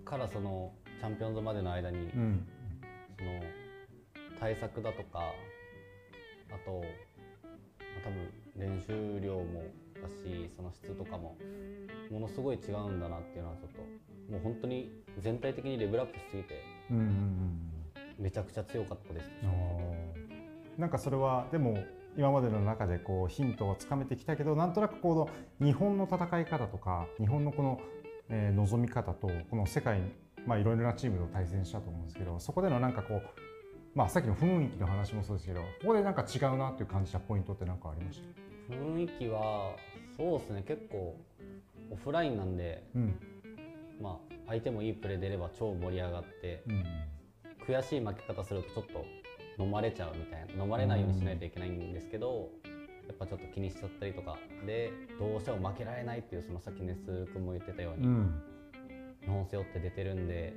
からそのチャンピオンズまでの間に、うん。その対策だとかあとまあ多分練習量もだしその質とかもものすごい違うんだなっていうのはちょっともう本当に全体的にレベルアップしすぎてうんうんうん。めちゃくちゃ強かったですあーなんかそれはでも今までの中でこうヒントをつかめてきたけどなんとなくこの日本の戦い方とか日本のこの、えー望み方とこの世界まあいろいろなチームと対戦したと思うんですけどそこでのなんかこうまあさっきの雰囲気の話もそうですけどここでなんか違うなっていう感じたポイントって何かありました雰囲気はそうですね結構オフラインなんで、うんまあ、相手もいいプレー出れば超盛り上がってうん悔しい負け方するとちょっと飲まれちゃうみたいな飲まれないようにしないといけないんですけど、やっぱちょっと気にしちゃったりとかでどうしても負けられないっていうそのさっきネス君も言ってたように、うん日本背負って出てるんで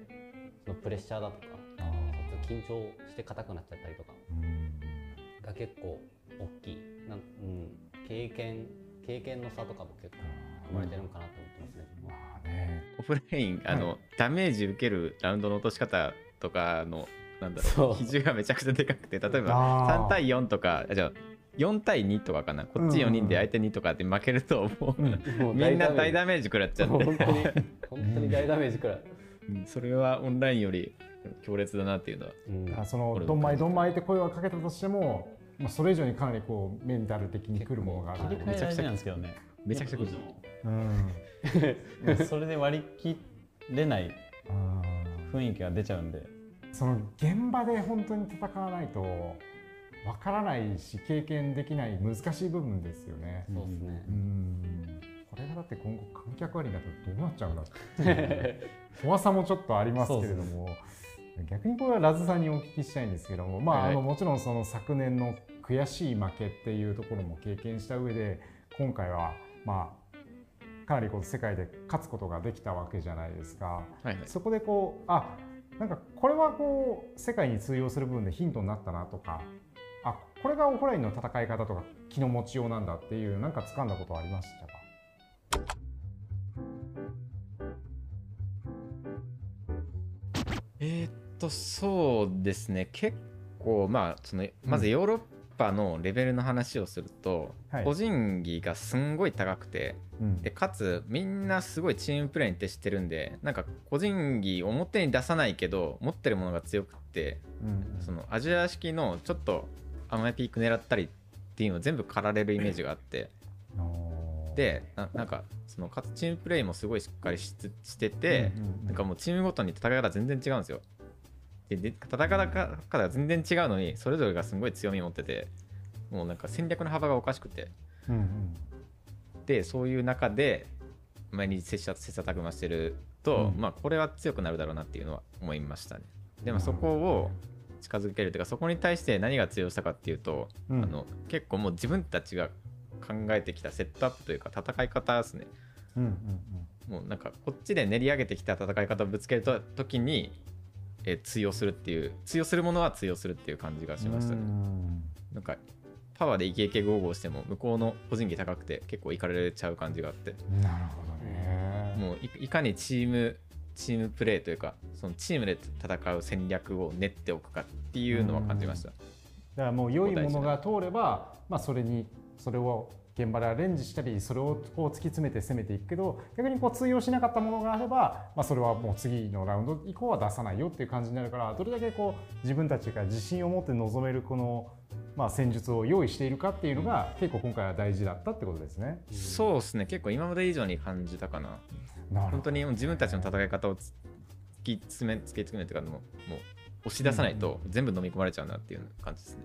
そのプレッシャーだとかあーちょっと緊張して硬くなっちゃったりとかうんが結構大きいなん、うん、経験経験の差とかも結構生まれてるのかなと思ってますね。まあねオフラインあの、ダメージ受けるラウンドの落とし方とかのなんだろそうう比重がめちゃくちゃでかくて例えばあー3対4とかあじゃあ4対2とかかなこっち4人で相手2とかで負けるともう、もうみんな大メダメージ食らっちゃって本当に本当に大ダメージくらい。うんそれはオンラインより強烈だなっていうのはうんあその俺もどんまいどんまいって声をかけたとしても、まあ、それ以上にかなりこうメンタル的にくるものがある結構切り替え大事なんですけどねめちゃくちゃ来るうんでもそれで割り切れないうん雰囲気が出ちゃうんでその現場で本当に戦わないとわからないし経験できない難しい部分ですよね。そうですねう。んこれがだって今後観客割りになったらどうなっちゃうんだっていう怖さもちょっとありますけれども、逆にこれはラズさんにお聞きしたいんですけども、まあ、はいあのもちろんその昨年の悔しい負けっていうところも経験した上で今回はまあかなりこう世界で勝つことができたわけじゃないですか。はいはいそこでこうあなんかこれはこう世界に通用する部分でヒントになったなとかあこれがオフラインの戦い方とか気の持ちようなんだっていうなんか掴んだことはありましたかえーっとそうですね結構まあそのまずヨーロッパのレベルの話をすると、はい個人技がすんごい高くてうんでかつみんなすごいチームプレーに徹してるんでなんか個人技表に出さないけど持ってるものが強くってうんそのアジア式のちょっと甘いピーク狙ったりっていうのを全部駆られるイメージがあって。あーでななんかそのかつチームプレイもすごいしっかりしつしてて、うんうんうんなんかもうチームごとに戦い方全然違うんですよでで戦い方が全然違うのにそれぞれがすごい強み持っててもうなんか戦略の幅がおかしくてうんうんでそういう中で毎日切磋切磋琢磨してると、うんまあこれは強くなるだろうなっていうのは思いましたねでなもるそほどこを近づけるというかそこに対して何が強さかっていうと、うんあの結構もう自分たちが考えてきたセットアップというか戦い方ですねうんうんもうなんかこっちで練り上げてきた戦い方をぶつけた時に、えー通用するっていう通用するものは通用するっていう感じがしましたね。なんかパワーでイケイケゴーゴーしても向こうの個人技高くて結構いかれちゃう感じがあってなるほどね。もういいかにチームチームプレーというかそのチームで戦う戦略を練っておくかっていうのは感じました。だからもう良いものが通れば、まあ、それにそれを現場でアレンジしたりそれをこう突き詰めて攻めていくけど逆にこう通用しなかったものがあれば、まあ、それはもう次のラウンド以降は出さないよっていう感じになるからどれだけこう自分たちが自信を持って臨めるこの、まあ、戦術を用意しているかっていうのが結構今回は大事だったってことですね。そうですね結構今まで以上に感じたかなな本当にもう自分たちの戦い方を突き詰め突き詰めてからもうもう押し出さないと全部飲み込まれちゃうなっていう感じですね、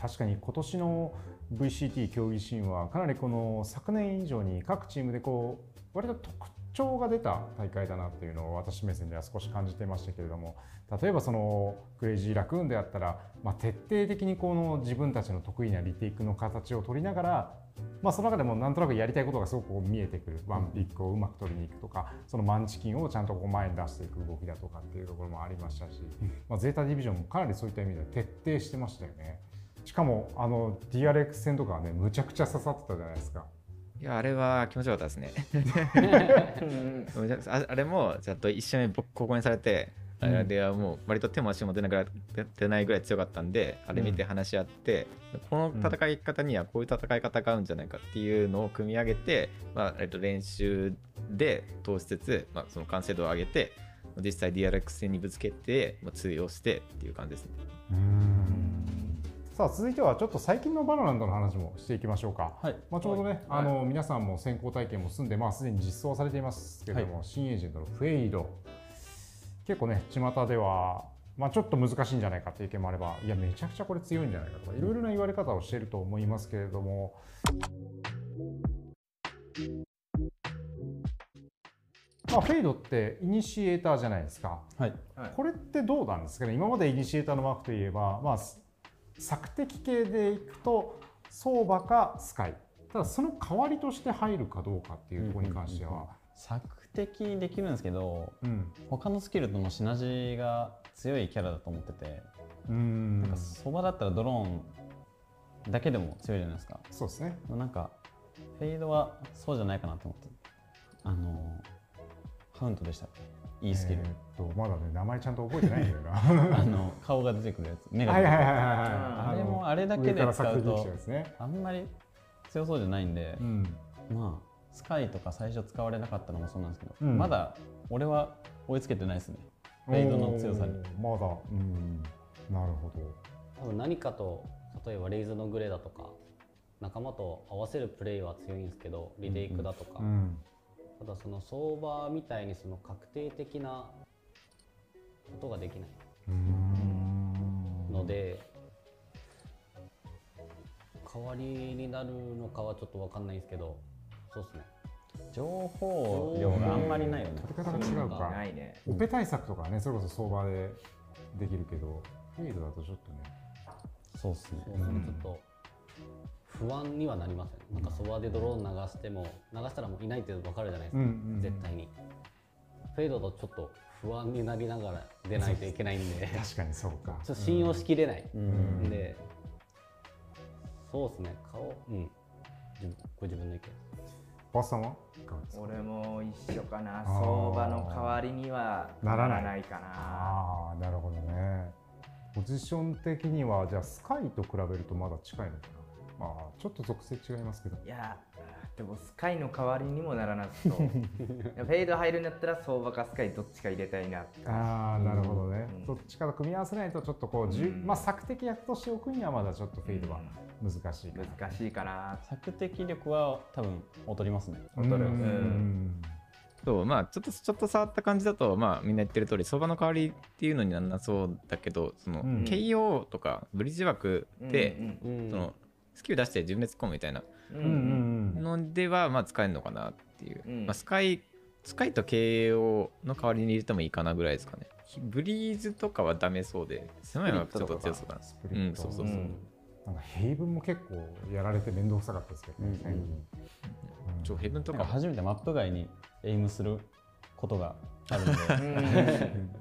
確かに今年の VCT 競技シーンはかなりこの昨年以上に各チームでこう割と特徴が出た大会だなっていうのを私目線では少し感じてましたけれども例えばそのクレイジーラクーンであったら、まあ、徹底的にこの自分たちの得意なリテイクの形を取りながら、まあ、その中でもなんとなくやりたいことがすごくこう見えてくるワンピックをうまく取りに行くとかそのマンチキンをちゃんとこう前に出していく動きだとかっていうところもありましたし、まあ、ゼータディビジョンもかなりそういった意味では徹底してましたよね。しかもあの DRX 戦とかはねむちゃくちゃ刺さってたじゃないですか。いやあれは気持ちよかったですねああれもちゃんと一緒にボッコボコにされてあれはもう割と手も足も出なくな出ないぐらい強かったんであれ見て話し合って、この戦い方にはこういう戦い方があるんじゃないかっていうのを組み上げて、まあえっと、練習で通しつつ、まあ、その完成度を上げて実際 DRX 戦にぶつけて、まあ、通用してっていう感じですね。さあ続いてはちょっと最近のバナナンドの話もしていきましょうか。はいまあ、ちょうどね、あの皆さんも先行体験も済んで、まあ、すでに実装されていますけれども、新エージェントのフェイド結構ね巷では、まあ、ちょっと難しいんじゃないかっていう意見もあればいやめちゃくちゃこれ強いんじゃないかとかいろいろな言われ方をしていると思いますけれども。まあ、フェイドってイニシエーターじゃないですか。はいこれってどうなんですかね今までイニシエーターのマークといえば、まあ、す索敵系でいくと相場かスカイただその代わりとして入るかどうかっていうところに関しては、索敵できるんですけどうん他のスキルとのシナジーが強いキャラだと思ってて、うんなんかそばだったらドローンだけでも強いじゃないですかそうですねなんかフェイドはそうじゃないかなと思ってあのハウントでしたっけいいスキルえーっとまだね名前ちゃんと覚えてないんだよなあの顔が出てくるやつ目がは出いてはくいはるいはいあはいれものあれだけで上から使う索敵と者ですねあんまり強そうじゃないんでう、んまあスカイとか最初使われなかったのもそうなんですけど、うんまだ俺は追いつけてないですねフェイドの強さにおーまだうんなるほど多分何かと例えばレイズのグレーだとか仲間と合わせるプレーは強いんですけどリテイクだとか、うんただその相場みたいにその確定的なことができないうーんので、代わりになるのかはちょっと分かんないんですけどそうですね情報量があんまりないよね取り方が違うかないね。オペ対策とかはねそれこそ相場でできるけどフェイドだとちょっとねそうっすねそうそれちょっと不安にはなりません、なんかそばでドローン流しても流したらもういないって分かるじゃないですか、うんうん絶対にフェードだとちょっと不安になりながら出ないといけないんで確かにそうかちょっと信用しきれない、うんでそうですね顔うん自分ご自分の意見バスさんはいかがですか俺も一緒かな。ー相場の代わりにはななららないないかな。ああなるほどねポジション的にはじゃあスカイと比べるとまだ近いのかなまあちょっと属性違いますけどいや、でもスカイの代わりにもならなそう。フェイド入るんだったら相場かスカイどっちか入れたいなって感じ。ああなるほどね、うんどっちかと組み合わせないとちょっとこう、じゅうんまあ索敵役としておくにはまだちょっとフェイドは難しいかな難しいかな。索敵力は多分劣りますねうん劣るそうまあちょっとちょっと触った感じだとまあみんな言ってる通り相場の代わりっていうのになんなそうだけどその、うん KO とかブリッジ枠で、うんうんそのスキル出して自分で突っ込むみたいなうんうんうんのではまあ使えるのかなっていう、うんまあ、スカイスカイと KO の代わりに入れてもいいかなぐらいですかねブリーズとかはダメそうで狭いのはちょっと強そうかなスプリットうんそうそううそんなんか平文も結構やられて面倒くさかったですけどね、うんうんうんちょヘブンとなんかか初めてマップ外にエイムすることが (laughs) あるので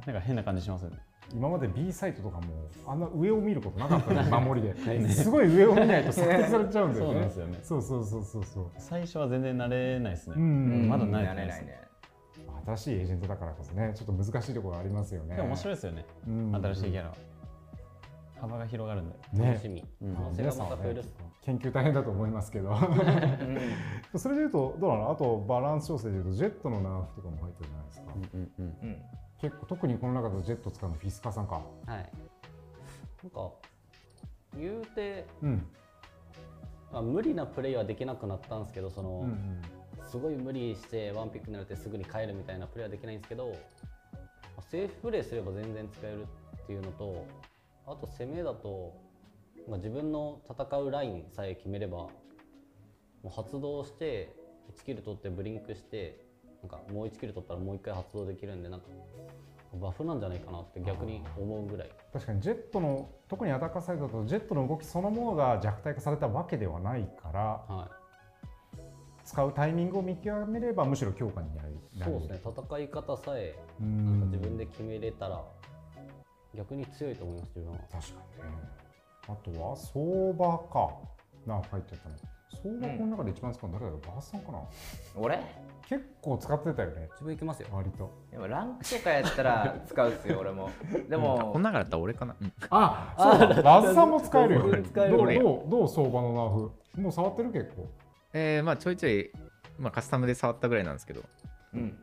なんか変な感じしますよね (laughs) 今まで B サイトとかもあんな上を見ることなかったの守りですごい上を見ないと設定されちゃうんだよねそうなんですよねそうそうそうそうそう最初は全然慣れないですね、うんまだ慣れ慣てなれいでなすいねね新しいエージェントだからこそねちょっと難しいところありますよねでも面白いですよね、うん新しいキャラは幅が広がるんでね楽しみ、うん可能性皆がさんまはた増えねるっす、研究大変だと思いますけどそれでいうとどうなのあとバランス調整でいうとジェットのナーフとかも入ってるじゃないですか、うんうんうんうん結構特にこの中でジェット使うのフィスカさんかはいなんか言うて、うんまあ、無理なプレイはできなくなったんですけどその、うんうんすごい無理してワンピックになれてすぐに帰るみたいなプレーはできないんですけどまあセーフプレーすれば全然使えるっていうのとあと攻めだと、まあ、自分の戦うラインさえ決めればもう発動して1キル取ってブリンクしてなんかもう1キル取ったらもう1回発動できるんでなんかバフなんじゃないかなって逆に思うぐらい確かにジェットの特にアタッカーサイドだとジェットの動きそのものが弱体化されたわけではないからは使うタイミングを見極めればむしろ強化になりいなそりうですね戦い方さえうなんんか自分で決めれたら逆に強いと思います自分は。確かにねあとは相場かな入っちゃったね相場この中で一番使うの誰だろう、バースさんかな俺結構使ってたよね自分いけますよ割とでもランクとかやったら使うっすよ俺もであこもんながだったら俺かな、うんあそうだバースさんも使えるよ全然使えどるう俺どうどう相場のナーフもう触ってる結構えーまあちょいちょい、まあ、カスタムで触ったぐらいなんですけどうん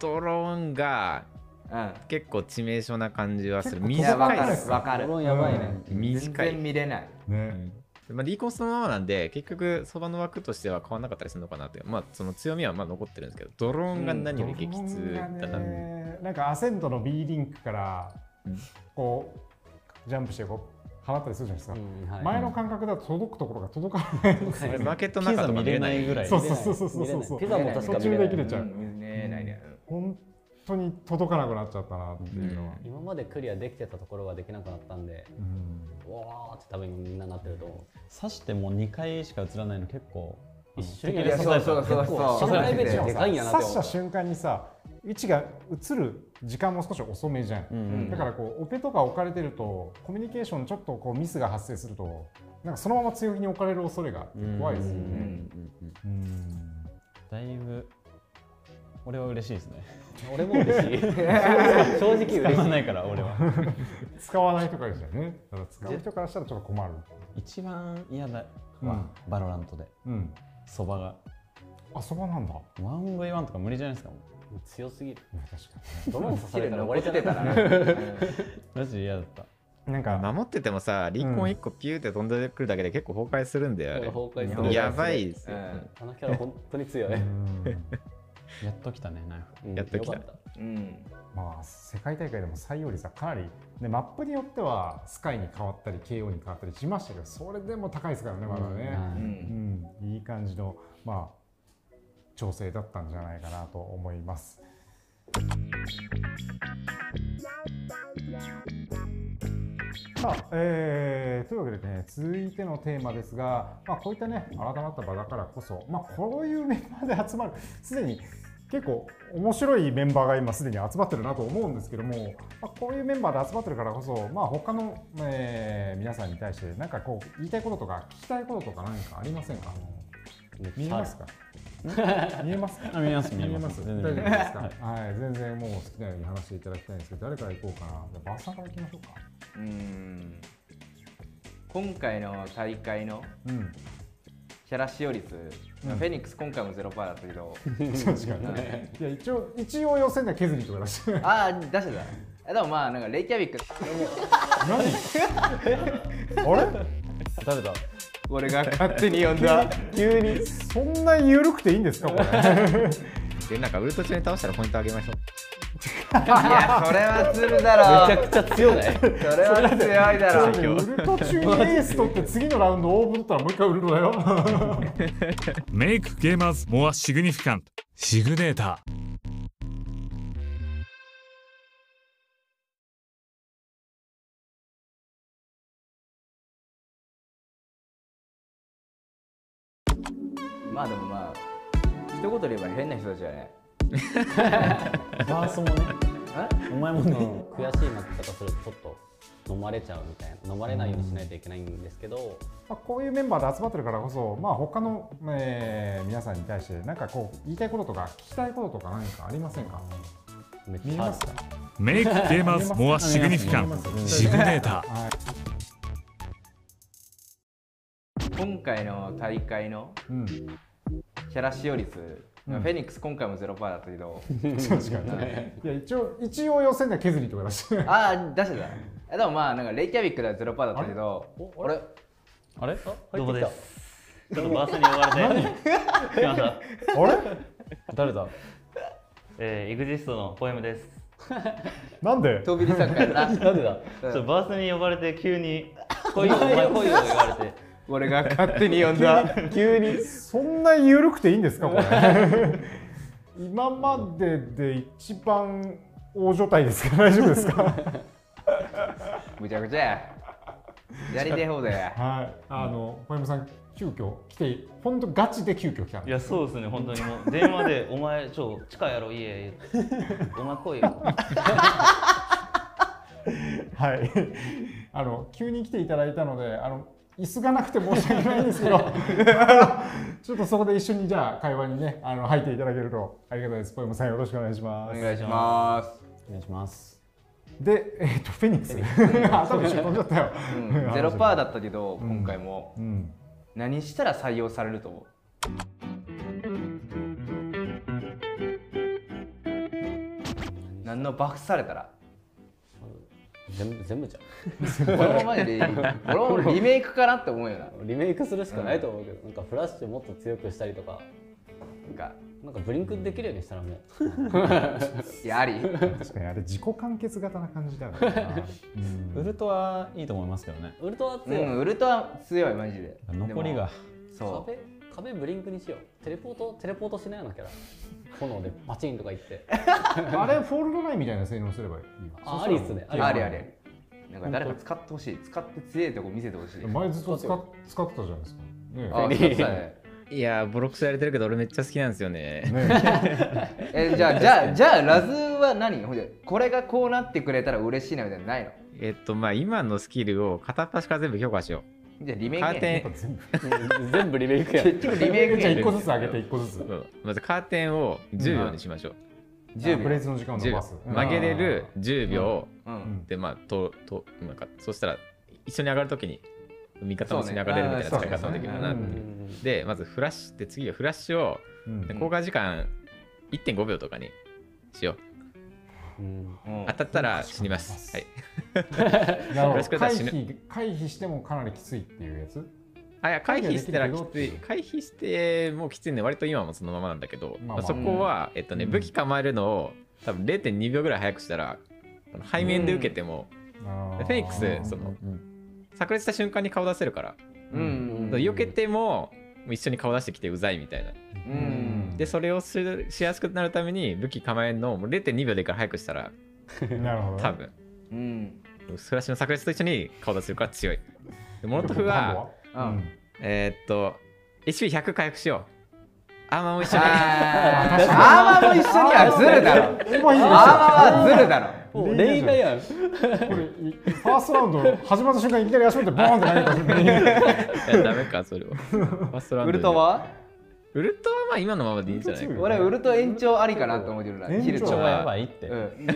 ドローンがうん結構致命傷な感じはするいいやわ短かいるですわかるドローンやばいね、全短い然見れないね、まあ、リーコンそのままなんで結局そばの枠としては変わらなかったりするのかなってまあその強みはまあ残ってるんですけどドローンが何より激ドロ痛ーンだがな、ねなんかアセントの B リンクからうんこうジャンプしてこう放ったりするじゃないですか、うんはい前の感覚だと届くところが届かない、あれマーケットの中とか見れないピザ見れないぐらいそうそうそうそうそうそうピザも確か見れ途中で切なれい。ちゃうん見れないね本当に届かなくなっちゃったなっていうのは、今までクリアできてたところができなくなったんで、うんうわーって多分みんななってると思刺しても2回しか映らないの結構う。一瞬いやそうそうそうそう結構そうプライベートがででかかいいんんややななって思った刺ってした瞬間にさ位置が映る時間も少し遅めじゃん、うんだからこうオペとか置かれてるとコミュニケーションちょっとこうミスが発生するとなんかそのまま強気に置かれる恐れがあって怖いですようんうんうね。んうんうんだいぶ俺は嬉しいですね俺も嬉しい。正直使嬉しわい。ないから俺は使わない人からですよね。ただ使う人からしたらちょっと困る。一番嫌だうんはバロラントでうん。そばがあそばなんだ。 1V1 とか無理じゃないですかも強すぎる。確かドローン刺されたら終わりじゃたない。うマジで嫌だったに。なんか守っててもさリーコン1個ピューって飛んでくるだけで結構崩壊するんだよあれ、崩壊すうんる。やばいですうよ、んあのキャラ本当に強い。うんやっときたねナイフうんやっときたよかっうん (laughs) まあ世界大会でも採用率はかなり、ね、マップによってはスカイに変わったり KO に変わったりしましたけどそれでも高いですからねまだね、ううんんいい感じの、まあ、調整だったんじゃないかなと思います。さあえーというわけでね続いてのテーマですが、まあ、こういったね改まった場だからこそ、まあ、こういうメンバーで集まるすでに結構面白いメンバーが今すでに集まってるなと思うんですけども、まあ、こういうメンバーで集まってるからこそ、まあ、他の、えー皆さんに対して何かこう言いたいこととか聞きたいこととか何かありませんかた。見えますか見えますか (laughs) あ見えます見見ええまますす全大然丈夫見でえすますかはい全然もう好きなように話していただきたいんですけど誰から行こうかなじゃあバースさんから行きましょうかうん今回の大会のうんキャラ使用率、うんフェニックス今回も0%だったけど確かにいや一応一応予選では削りとか出してああ出してたえでもまあなんかレイキャビックあれ (laughs) 誰だ俺が勝手に呼んだ急にそんな緩くていいんですかこれ (laughs) でなんかウルト中に倒したらポイントあげましょういやそれはするだろめちゃくちゃ強ない。それは強いだろウルト中にエース取って次のラウンド応募取ったらもう一回ウルトだよ Make gamers more significant. Sig data. まあでもまあ一言で言えば変な人たちだねバースもねお前もね、悔しい負け方するとちょっと飲まれちゃうみたいな飲まれないようにしないといけないんですけど、 (laughs) まあ、こういうメンバーで集まってるからこそ、まあ、他の、えー皆さんに対してなんかこう言いたいこととか聞きたいこととか何かありませんかめっ見えちゃあまるすかメイクゲーマーズモアシグニフィカンシグネータはい今回の大会のうん、 (laughs) キャラ使用率、うんフェニックス今回も0%だったけど確かに。いや一応一応予選では削りとか出して。ああ出してたでもまあなんかレイキャビックでは0%だったけど俺あれどうもです。ちょっとバースに追われて来ました。 (laughs) あれ？誰だえー、エグジストのポエムです。なんで？飛び入りサッカーやななんでだちょっとバースに呼ばれて急に来いよ、お前来いよと言われて。俺が勝手に呼んだ急にそんな緩くていいんですかこ (laughs) れ？今までで一番大所帯ですか大丈夫ですか？むちゃくちゃややりてえ方だよはい。あの小山さん急遽来て本当ガチで急遽来たんいで。や、そうですね、本当にもう電話で、お前、ちょ、地下やろ、家、お前来いよ。はい。 (laughs) あの急に来ていただいたのであの。椅子がなくて申し訳ないんですけど、あ (laughs) のちょっとそこで一緒にじゃあ会話にね、あの入っていただけるとありがたいです。ポエムさんよろしくお願いしおます。願いしますお願いしますで、えっ、と、フェニックス。 (laughs) 頭一緒に飛んじゃったよ。うん、ゼロパーだったけど、ん今回もうん。何したら採用されると思う何のバフされたら全部全部じゃこのままで俺もリメイクかなって思うよななんリメイクするしかないと思うけど、なんかフラッシュもっと強くしたりとかかなんかブリンクできるようにしたらもういやあり確かにあれ自己完結型な感じだよな。ウルトはいいと思いますけどねウルトラう強い、んウルトラ強いマジで残りがでもそ壁壁ブリンクにしようテレポートテレポートしないようなキャラ炎でバチンとかいってあれフォールドラインみたいな性能すればいいわ。あありっすねうありありありなんか誰か使ってほしい使って強いとこ見せてほしい前ずっと使っ使ってたじゃないですか。ねあ使ってたねいやーボロクソやれてるけど俺めっちゃ好きなんですよねねえじゃあ (laughs) じゃあじゃあラズは何ほんでこれがこうなってくれたら嬉しいなみたいなのないのえっとまあ今のスキルを片っ端から全部強化しよじゃあリメイうクカーやテね (laughs) ン全部リメイクや結局リメイクじゃあや一ね個ずつ上げて一個ずつ。うんまずカーテンを10秒にしましょう、あブレイ10ズの時間を10伸ばす。秒曲げれる10秒秒ううんん。でまあととなんかそしたら一緒に上がるときに味方も一緒に上がれるみたいなそう使ねい方もできるかなうっんていうでまずフラッシュって次はフラッシュをうんで交換時間1.5秒とかにしよううんうん当たったら死にますはいなるほよろどしくお回願いします避回避してもかなりきついっていうやつ。あいや回避したらきつ回避はできるいけど回避してもうきついんで割と今もそのままなんだけど、まあまあまあそこは、えっとね、うん武器構えるのを多分0.2秒ぐらい早くしたらこの背面で受けても、あでフェニックスその炸裂した瞬間に顔出せるから、うんうん避けても一緒に顔出してきてうざいみたいなうんでそれをするしやすくなるために武器構えるのをもう0.2秒でいいから早くしたら (laughs) なるほど。多分うんスラッシュの炸裂と一緒に顔出せるから強いでモロトフはうん。うんえーっと HP100 回復しようアーマーも一緒にあーアーマーも一緒にはずるだろもういいでしょアーマーはずるだろもうレイダーやんこれいファーストラウンド始まった瞬間いきなり足元でボーンって投げた瞬間にいやダメかそれはファーストラウン (laughs) ウドでルトはウルトはまあ今のままでいいんじゃないか (laughs) (laughs) 俺ウルト延長ありかなと思うけどな延長キル超とやかばいって、うん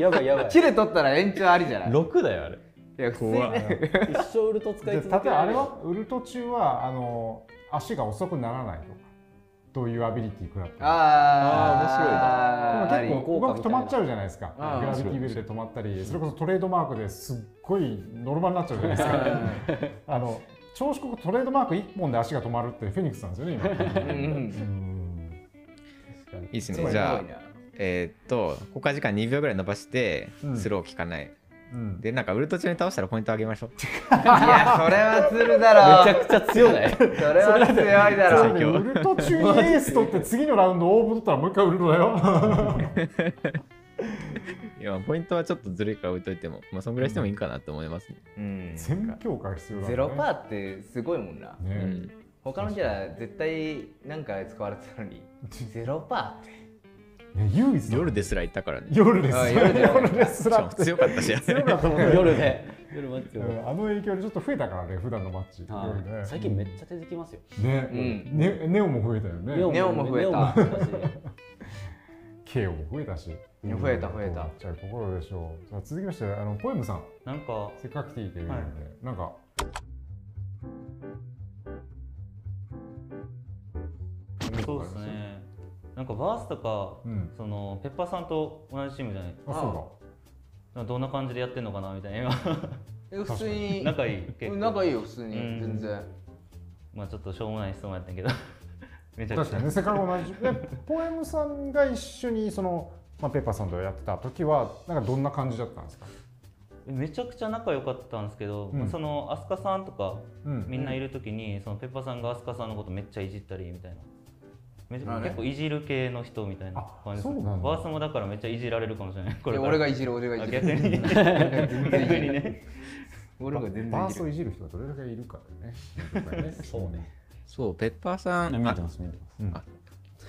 やばいやばいキル取ったら延長ありじゃない6だよあれいや普通にね一生ウルト使いじゃあ例続えけらばあれるれはウルト中はあの足が遅くならないとかどういうアビリティ食らってもあーあ結構うまく止まっちゃうじゃないですかグあーラビティベルで止まったりそれこそトレードマークですっごいノルマになっちゃうじゃないですかあの調子こくトレードマーク1本で足が止まるってフェニックスなんですよね今うんうんうんいいですそうやねじゃあえーっとここから時間2秒ぐらい伸ばしてうんスロー効かない、うんでなんかウルト中に倒したらポイントあげましょういやそれはずるだろめちゃくちゃ強ないそれは強いだそうろねウルト中にエース取って次のラウンド応募取ったらもう一回ウルトだよいやポイントはちょっとずるいから置いといてもまあそんぐらいしてもいいかなと思いますね、うん全強化必要だゼロパーってすごいもんなねうん他のキャラ絶対何か使われてたのにゼロパーってね唯一の夜ですら行ったからね。夜ですあ夜です夜ですらしかも強かったし、あれ強かったもんね夜で夜マッチうを、んあの影響でちょっと増えたからね普段のマッチ、はい夜ね最近めっちゃ出てきますよ、ね、うんねネオも増えたよねオネオも増えたネオも増えたしケイオも増えたしうん増えた増えたじゃあ心でしょうさあ続きましてあのポエムさんなんかせっかく来ていてるので、はいなんかそうですねなんかバースとか、うんそのペッパーさんと同じチームじゃないあそなんかどんな感じでやってんのかなみたいな今え普通に仲いい結構うん仲いいよ普通にうん全然まあちょっとしょうもない質問やったけど (laughs) めうちだゃ確くちかゃにねせっかく同じでポエムさんが一緒にその、まあ、ペッパーさんとやってた時はなんかどんな感じだったんですかめちゃくちゃ仲良かったんですけど、うんその飛鳥さんとかうんみんないる時に、そのペッパーさんが飛鳥さんのことめっちゃいじったりみたいなめちゃあね結構いじる系の人みたいな感じですあそうなんだバースもだからめっちゃいじられるかもしれないこいれやから俺がいじる俺がいじるあ逆に全然いじ逆るにね俺が全然バいーじスをるいじる人がどれだけいるかだよねそうね (laughs) そう、ペッパーさん、見えあてます見えてます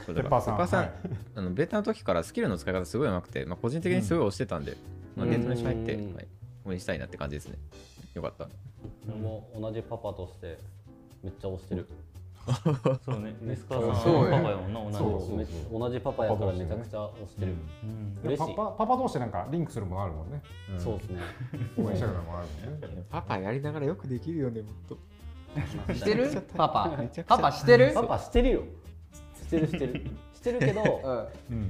ペペッパーさんはいあのベータの時からスキルの使い方すごい上手くて、まあ、個人的にすごい推してたんで、まあ、うんゲートに入って、うんはい、応援したいなって感じですね。よかった。 (laughs) 俺も同じパパとしてめっちゃ推してる、そうねね飛鳥さんそうのねパパやもんな同じそうめ同じパパやからめちゃくちゃ推してる、うんで嬉パしいパパパ同士でなんかリンクするものあるもんね、んそうですね応援したくなるものあるもんねパパやりながらよくできるよね、もっと。してるパパめちゃくちゃパパしてるパパしてるよしてるして (laughs) るしてるけうど、んうん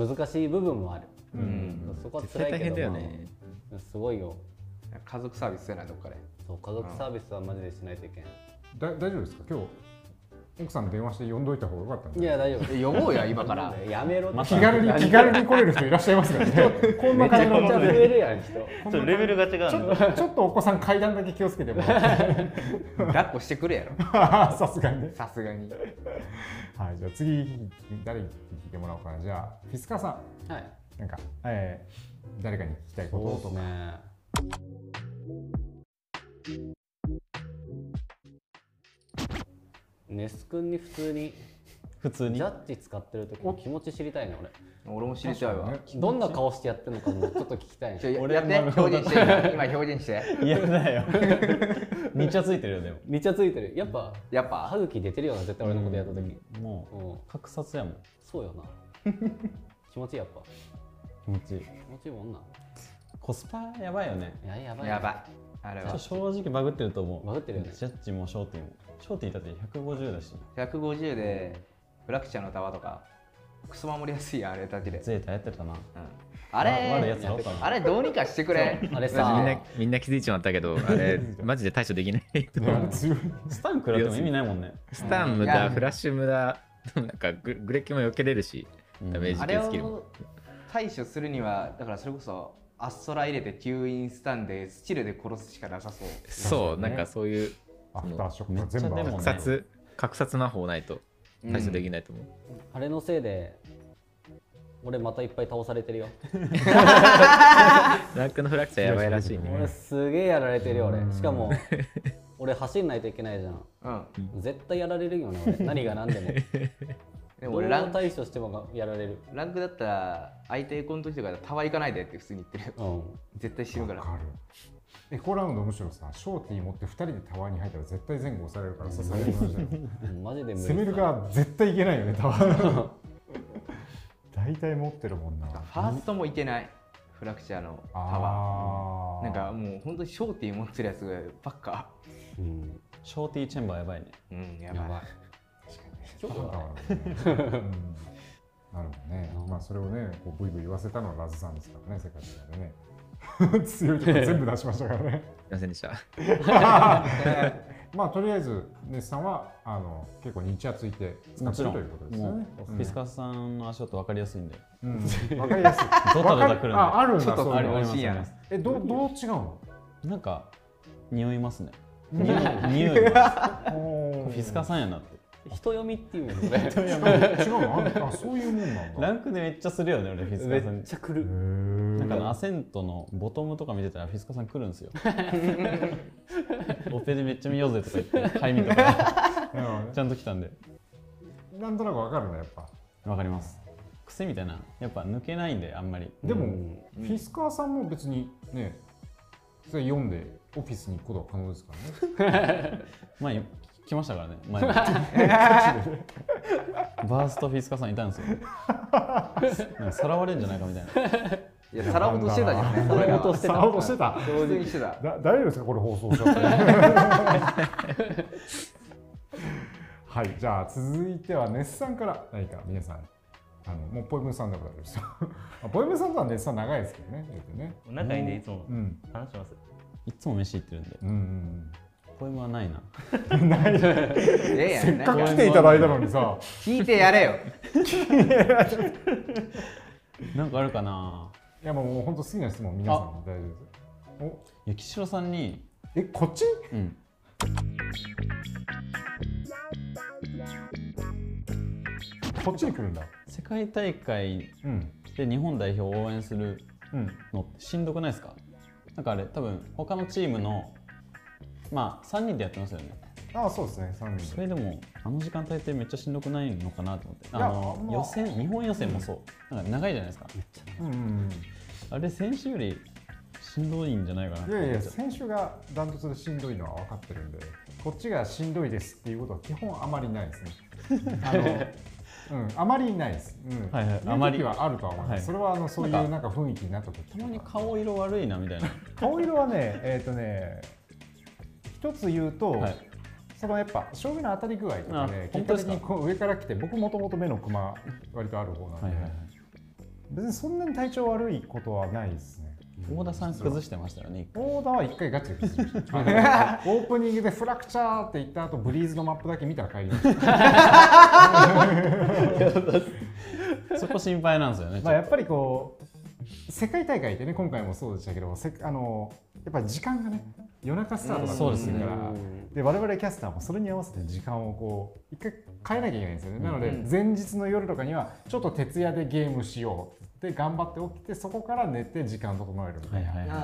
まあ、難しい部分もある、んそこは絶辛対いけど大変だよね。まあすごいよ家族サービスやなどっかでそう家族サービスはマジでしないといけない、だ大丈夫ですか今日奥さん電話して呼んどいた方がよかったんいでや大丈夫え呼ぼうや今から (laughs) やめろ気軽に気軽に来れる人いらっしゃいますからねこんな感じのめっちゃ増えるやん人ちょっとレベルが違うんでちょっとお子さん階段だけ気をつけても抱っこしてくるやろさすがにねさすがにはいじゃあ次誰に聞いてもらおうかなじゃあフィスカーさはいんなんか、えー誰かに聞きたいこととか、ねネス君に普通に普通にジャッジ使ってる時の気持ち知りたいね俺俺も知りたいわねどんな顔してやってるのかもちょっと聞き (laughs) たいちょねや俺やって丸表現して (laughs) 今今表現して嫌だ (laughs) よめっちゃついてるよでもめっちゃついてるやっぱやっぱ歯茎出てるよな絶対俺のことやった時うんもう格殺やもんそうよな気持ちいいやっぱ気持ちいい気持ちいいもんなコスパやばいよねいややばいねやばいあれちょっとは正直バグってると思うバグってるよねジャッジもショーティもショーティだって150だし150でブラックチャーのタワーとかクソ守りやすいやあれだけで、ゼータやってたなうんあれ悪いやつだろうかなあれどうにかしてくれあれみんなさみんな気づいちまったけど、あれ、マジで対処できないとね思うあれ強いスタン食らっても意味ないもんねスタン無いや駄、フラッシュ無駄、なんかググレッキも避けれるし、ダメージあれ系スキルもを。対処するにはだからそれこそアストラ入れて吸引スタンでスチルで殺すしかなさそうそう、なんかそういうアフターショックめがっちゃ全部あでるも格殺、格殺魔法ないと対処できないと思う。あれのせいで俺またいっぱい倒されてるよランクのフラクチャーやばいらしいね。俺すげえやられてるよ俺しかも俺走んないといけないじゃんうん絶対やられるよね俺何が何でもでどうも俺ラン対処してもやられるランクだったら相手この時とかタワー行かないでって普通に言ってるようん絶対死ぬからわかるエコラウンドむしろさショーティー持って2人でタワーに入ったら絶対前後押されるからさされる話だようんマジで無理攻める側絶対いけないよねタワー大体持ってるもんなファーストもいけないフラクチャーのタワあーーなんかもう本当にショーティー持ってるやつばっかうんショーティーチェンバーやばいねうんやばいなん (laughs) かあるねうんなるほどね、まあ、それをねこうブイブイ言わせたのはラズさんですからね世界中でね (laughs) 強いとこ全部出しましたから (laughs) ねすいませんでした。まあとりあえずネスさんはあの結構にちゃついて使もってるちろんということですよもねうフィスカスさんの足音分かりやすいんでうんわかりやすい (laughs) ドタドタくるんでああるんだちょっそとういあうれの欲しいやありんますえどうどう違う (laughs) のなんか匂いますね匂い匂いますフィスカさんやなって人読みっていうんですね違うのああそういうもんなんだランクでめっちゃするよね俺フィスめカさんっちゃ来るなんかあへのアセントのボトムとか見てたらフィスカさん来るんです (laughs) よオペでめっちゃ見ようぜとか言って買いにとかーちゃんと来たんでなんとなくわかるねやっぱわかります癖みたいなやっぱ抜けないんであんまりでも、うんフィスカーさんも別にねそれ読んでオフィスに行くことは可能ですからね前来ましたからね前にバーストフィスカさんいたんですよなんかさらわれるんじゃないかみたいないや、さらおうとしてたじゃない。さらおうとしてた。さらおうとしてた普通にして (laughs) た。 (laughs) だ大丈夫ですかこれ放送しちゃって (laughs) はいじゃあ続いてはネスさんから何か皆さんあのもうポイムさんだから大丈夫ですよ (laughs) あポイムさんとはネスさん長いですけどねよくね仲いいんでいつもうん話します。いつも飯行ってるんでうんうんポエムはないないやいや、せっかくなんか来ていただいたのにさ聞いてやれよ。なんかあるかないやもうもう本当好きな質問皆さんも大丈夫ですいや岸城さんにおえこっちうんこっちに来るんだ世界大会うんで日本代表を応援するうんのってしんどくないですかなんかあれ多分他のチームのまあ3人でやってますよねあそうですね3人そでれでもあの時間帯ってめっちゃしんどくないのかなと思ってあのまあ予選日本予選もそうなんか長いじゃないですかうんうんあれ選手よりしんどいんじゃないかなうんっいて思やっいやちゃう選手がダントツでしんどいのは分かってるんでこっちがしんどいですっていうことは基本あまりないです (laughs) ねあのうん、あまりないです。うん、はいはいああままりりはあるとは思います。はいそれはあのそういうなんかなんか雰囲気になった時とたかまに顔色悪いなみたいな顔色はね、えっ、とね、一つ言うと、はいそのやっぱ将棋の当たり具合とかねあ、結本果当的ですかにこう上から来て、僕もともと目のクマ割とある方なんで、はいはいはい別にそんなに体調悪いことはないですね。大田さん崩してましたよねオーダーは一回ガチで崩しました。あのオープニングでフラクチャーって言った後、ブリーズのマップだけ見たら帰りました。そこ心配なんですよねちょっとまあやっぱりこう世界大会ってね今回もそうでしたけど、せあのやっぱり時間がね夜中スタートだったうんりそすうでするかねら。で我々キャスターもそれに合わせて時間をこう一回変えなきゃいけないんですよね、なので前日の夜とかにはちょっと徹夜でゲームしようって頑張って起きてそこから寝て時間を整えるみたはいいな、はいは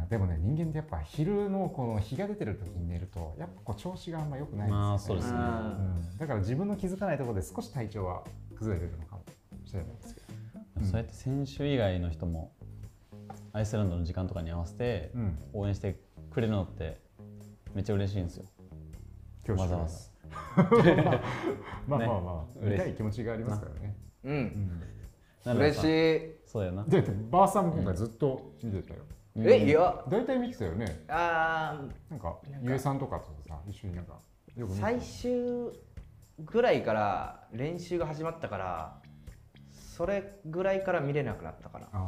あうんでもね人間ってやっぱ昼のこの日が出てる時に寝るとやっぱこう調子があんま良くないんですよね、いまあそうですねあうんだから自分の気づかないところで少し体調は崩れてるのかもしれないですけど、うんそうやって選手以外の人もアイスランドの時間とかに合わせてうん、応援してくれるのってめっちゃ嬉しいんですよ。今日わざわざ。 (laughs) まあまあまあ、ね見たい気持ちがありますからね、う。うんん、嬉しい。い。え、そうやな。だってばあさんも今回ずっと見てたよ、いや。大体見てたよねあなんかなんかゆえさんとかとさ一緒になんかよく見ーて最終ぐらいから練習が始まったから、それぐらいから見れなくなったかな。あー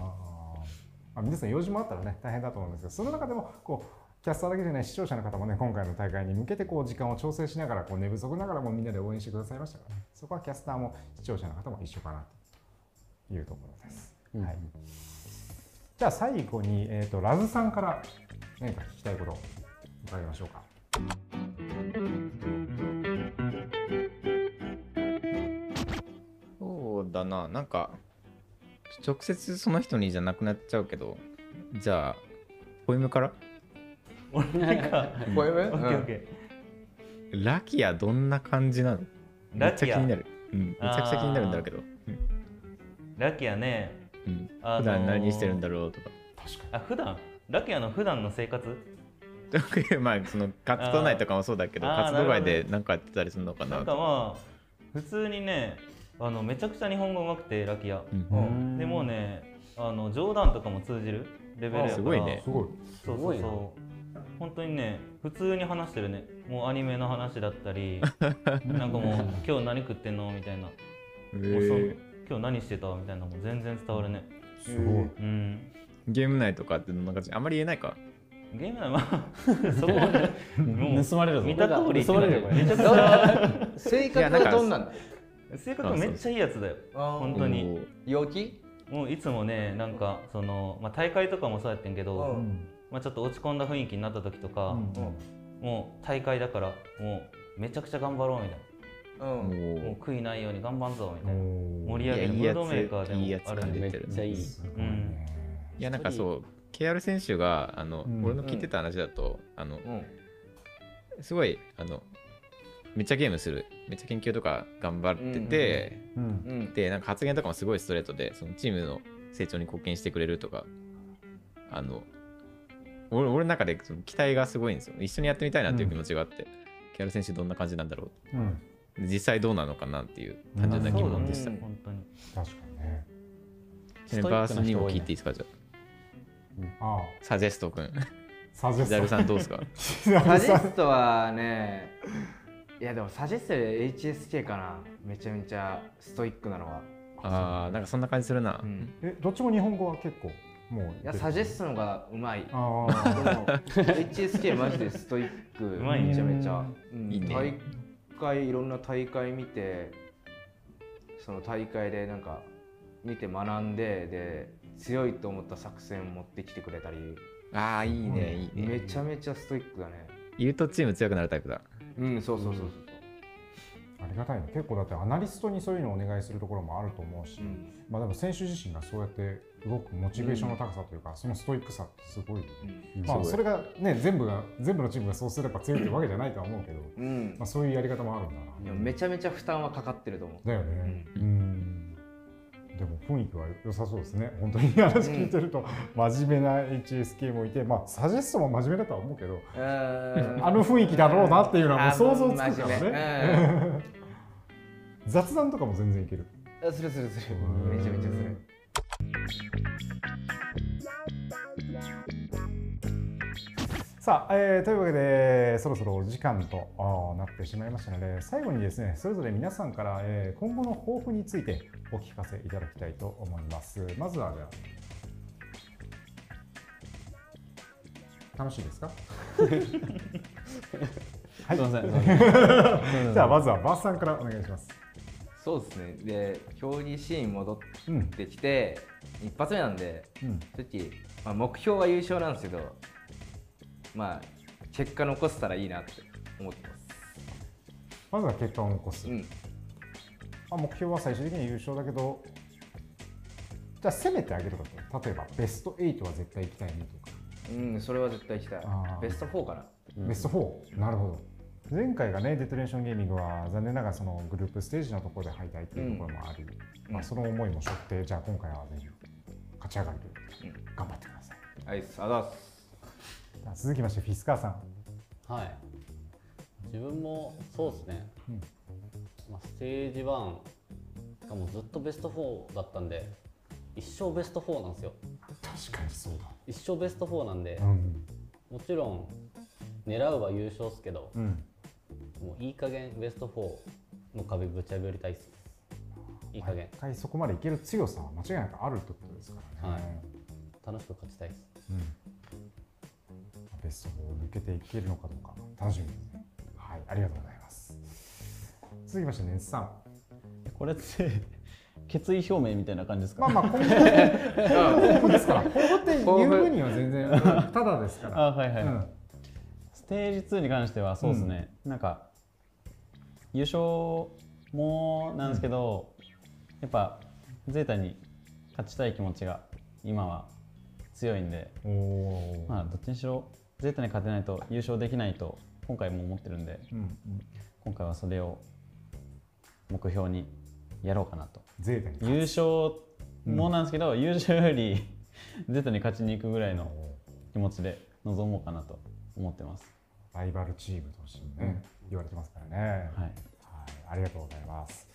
あ皆さん用事もあったらね大変だと思うんですけどその中でもこうキャスターだけじゃない視聴者の方もね今回の大会に向けてこう時間を調整しながらこう寝不足ながらもみんなで応援してくださいましたから、ね、そこはキャスターも視聴者の方も一緒かなというところです。うんはい、じゃあ最後に、えー、とラズさんから何か聞きたいことを伺いましょうか。そうだな、なんか、直接その人にじゃなくなっちゃうけど、じゃあ、ポエムから俺なんか、ポエムオッケーオッケラキアどんな感じなのー。めラっちゃキ気になア。る。うん、めちゃくちゃ気になるんだろうけど。ラキアね。うん、あのー普段何してるんだろうとか。あ、普段ラキアの普段の生活まあその活動内とかもそうだけどあー活動外で何かやってたりするのかななんかとまあ、普通にね、あのめちゃくちゃ日本語うまくて、ラキア。うんうんでもうね、あの冗談とかも通じるレベルやから。すごいねすごい。そうそうそう本当にね普通に話してるねもうアニメの話だっ (laughs) たりなんかもう「今日何食ってんの?」みたいなもへうそうー今日何してた?」みたいなのも全然伝わるねすごい。うんゲーム内とかってどんな感じあんまり言えないかゲームはまあそこ (laughs) までもう盗まれるぞ。見た通り盗まれるよこれめちゃくちゃ性い格やなんはかどんなんだ。性格めっちゃいいやつだよあ本ー当におー陽気？もういつもねなんかその、まあ、大会とかもそうやってんけど、うんまあ、ちょっと落ち込んだ雰囲気になった時とうか、んもう大会だからもうめちゃくちゃ頑張ろうみたいなうんもうも悔いないように頑張んぞみおたいなー盛ういり上やげいるいムーやドメーカーつでもいいやつあるん感でじめてっるちゃいいすごいねいやなんかそう KR 選手があの、うん俺の聞いてた話だとあのうんすごいあのめっちゃゲームするめっちゃ研究とか頑張ってて、うんうんでなんか発言とかもすごいストレートでそのチームの成長に貢献してくれるとかあの俺俺の中でその期待がすごいんですよ一緒にやってみたいなっていう気持ちがあって、キャル選手どんな感じなんだろうんう実際どうなのかなっていう単純な疑問でした、うん本当に確かにねちなみにバースにも聞いていいですかじゃあああサジェスト君サジェジャ (laughs) ルストさんどうですかヒザサルジさェんストはねいやでもサジェストより HSK かなめちゃめちゃストイックなのは、ああなんかそんな感じするな、うん、えどっちも日本語は結構もういいやサジェストトの方がうまいでもああ HSK マジでストイックまいねめちゃめちゃ、うんいいね大会いろんな大会見てその大会でなんか見て学んでで強いと思った作戦を持ってきてくれたりああいいねいいめねちゃめちゃストイックだね言うとチーム強くなるタイプだうんそうそうそうそうありがたいね結構だってアナリストにそういうのをお願いするところもあると思うし、そう、うんまあでも選手自身がそうやって動くモチベーションの高さというか、そのストイックさってすごい、うんまあすそごれがね全部が全部のチームがそうすれば強いってわけじゃないとは思うけど、うんまあ、そういうやり方もあるんだな、いやめちゃめちゃ負担はかかってると思うだよねうんでも雰囲気は良さそうですね本当に話聞いてると、真面目な HSK もいてまあサジェストも真面目だとは思うけどあ (laughs) あの雰囲気だろうなっていうのはもう想像つくからね。ね (laughs) 雑談とかも全然いけるうんするするする。めちゃめちゃする。さあ、えーというわけでそろそろお時間とあーなってしまいましたので最後にですねそれぞれ皆さんから、えー今後の抱負についてお聞かせいただきたいと思いますまずはじゃあ楽しい (laughs) ですかはい (laughs) すいませんすいませんじゃあまずはバースさんからお願いしますそうですね。で、競技シーン戻うんってきて、一発目なんで、うん正直、まあ、目標は優勝なんですけど、まあ、結果残せたらいいなって思ってます。まずは結果を残す、うん。まあ、目標は最終的に優勝だけどじゃあ攻めてあげること例えばベスト8は絶対行きたいねとか、うん、それは絶対行きたいあー。ベスト4かな。ベスト4なるほど前回がねデトレーションゲーミングは残念ながらそのグループステージのところで敗退っていうところもあり、まあ、その思いも背負ってじゃあ今回はぜひ勝ち上がるということで頑張ってくださいアイス、アダース。じゃあ続きましてフィスカーさんはい自分もそうですね、うんまあ、ステージ1がもうずっとベスト4だったんで一生ベスト4なんですよ確かにそう一生ベスト4なんでだうんもちろん狙うは優勝っすけどうんもういい加減ベスト4の壁ぶち破りたいっすいい加減一回そこまでいける強さは間違いなくあるってことですからね、は楽しく勝ちたいっすうん、ベスト4を抜けていけるのかどうか楽しみですね。はい、ありがとうございます。続きましてねつさん、これって決意表明みたいな感じですか、まあまあ今後抱負です (laughs) から、抱負って言う分には全然ただですかあ、ら。はいはい、うん、ステージ2に関してはそうですね、なんか優勝もなんですけど、やっぱゼータに勝ちたい気持ちが今は強いんで、おおー、まあどっちにしろゼータに勝てないと優勝できないと今回も思ってるんでうん、今回はそれを目標にやろうかなとゼータに勝優勝もなんですけど、優勝より (laughs) ゼータに勝ちに行くぐらいの気持ちで臨もうかなと思ってます。つライバルチームとしてね、言われてますからね。はいはい、ありがとうございます。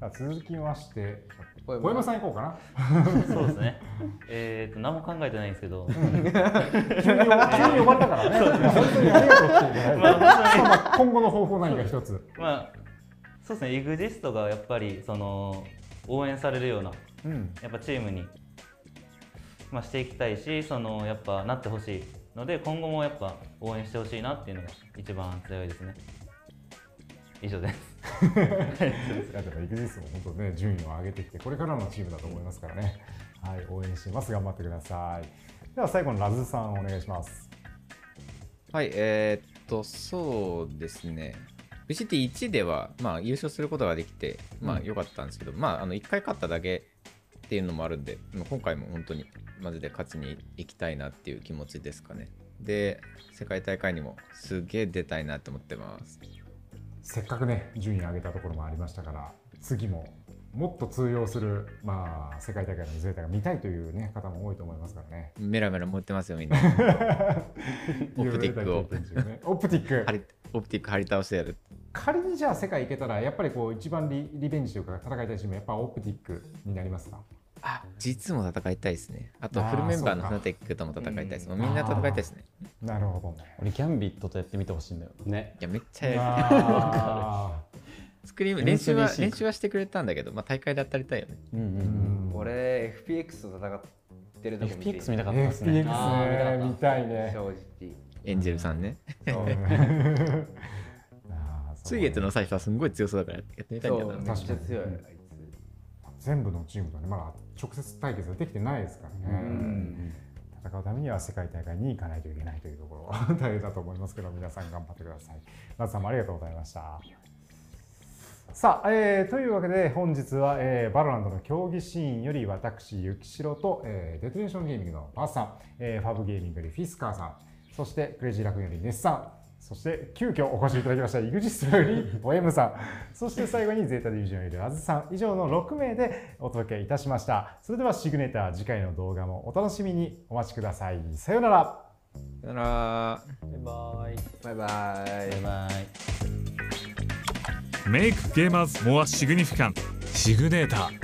さあ続きまして、小小山山さん行こうかな。そうですね (laughs) えっと何も考えてないんですけど急に急に呼ばれたからね。いや本当にありがとうっていうね。まあまあ今後の方法何か一つ。まあそうですね EXIST がやっぱりその応援されるようなうん。やっぱチームに、まあ、していきたいしそのやっぱなってほしいので今後もやっぱ応援してほしいなっていうのが一番強いですね以上ですいやでも EXIST も本当ね順位を上げてきてこれからのチームだと思いますからね、はい、応援してます頑張ってくださいでは最後のラズさんお願いしますはい、えーっと、そうですね。 VCT1 では、まあ、優勝することができて、まあ、良かったんですけど、まあ、あの1回勝っただけっていうのもあるんで、まあ今回も本当にマジで勝ちに行きたいなっていう気持ちですかね。で、世界大会にもすげえ出たいなと思ってます。せっかくね順位上げたところもありましたから次ももっと通用する、まあ、世界大会のゼータが見たいという、ね、方も多いと思いますからね。メラメラ持ってますよ、みんな。 (laughs) オプティックをいろいろ大体経験中ね。オプティッ張ク。りオプティック張り倒してやる。仮にじゃあ世界行けたら、やっぱりこう一番リリベンジというか戦いたいチーム、やっぱオプティックになりますかあ実も戦いたいですね。あとあーフルメンバーのそうかフナテックとも戦いたいです。うもうみんな戦いたいですね。なるほどね。俺ギャンビットとやってみてほしいんだよねいや、めっちゃやりたいあスクリーム NCBC 練習はか練習はしてくれたんだけど、まあ、大会で当たりたいよね。うんうーうん (laughs) ん俺 FPX と戦ってるとこ見て FPX 見たかったですね FPX ね、見たいね。正エンジェルさんね。 (laughs) 直そう水月の最初はすんごい強そうだからやってみたいんだそような。めっちゃ強いあ確いかにつ全部のチームとね、まだ直接対決はできてないですからね。戦うためには世界大会に行かないといけないというところ (laughs) 大変だと思いますけど皆さん頑張ってください。夏さんもありがとうございました。さあ、えーというわけで本日は、えーバロランドの競技シーンより私、ゆきしろと、えーデトネーションゲーミングのバースさん、えーファブゲーミングよりフィスカーさん、そしてクレイジーラクーンよりネスさん、そして急遽お越しいただきましたイグジストよりオエムさん、そして最後にゼータディビジョンよりアズさん、以上の6名でお届けいたしました。それではシグネター次回の動画もお楽しみにお待ちください。さようなら。さよなら。バイバイバイバイバイバイメイクゲーマーズモアシグニフィカンシグネーター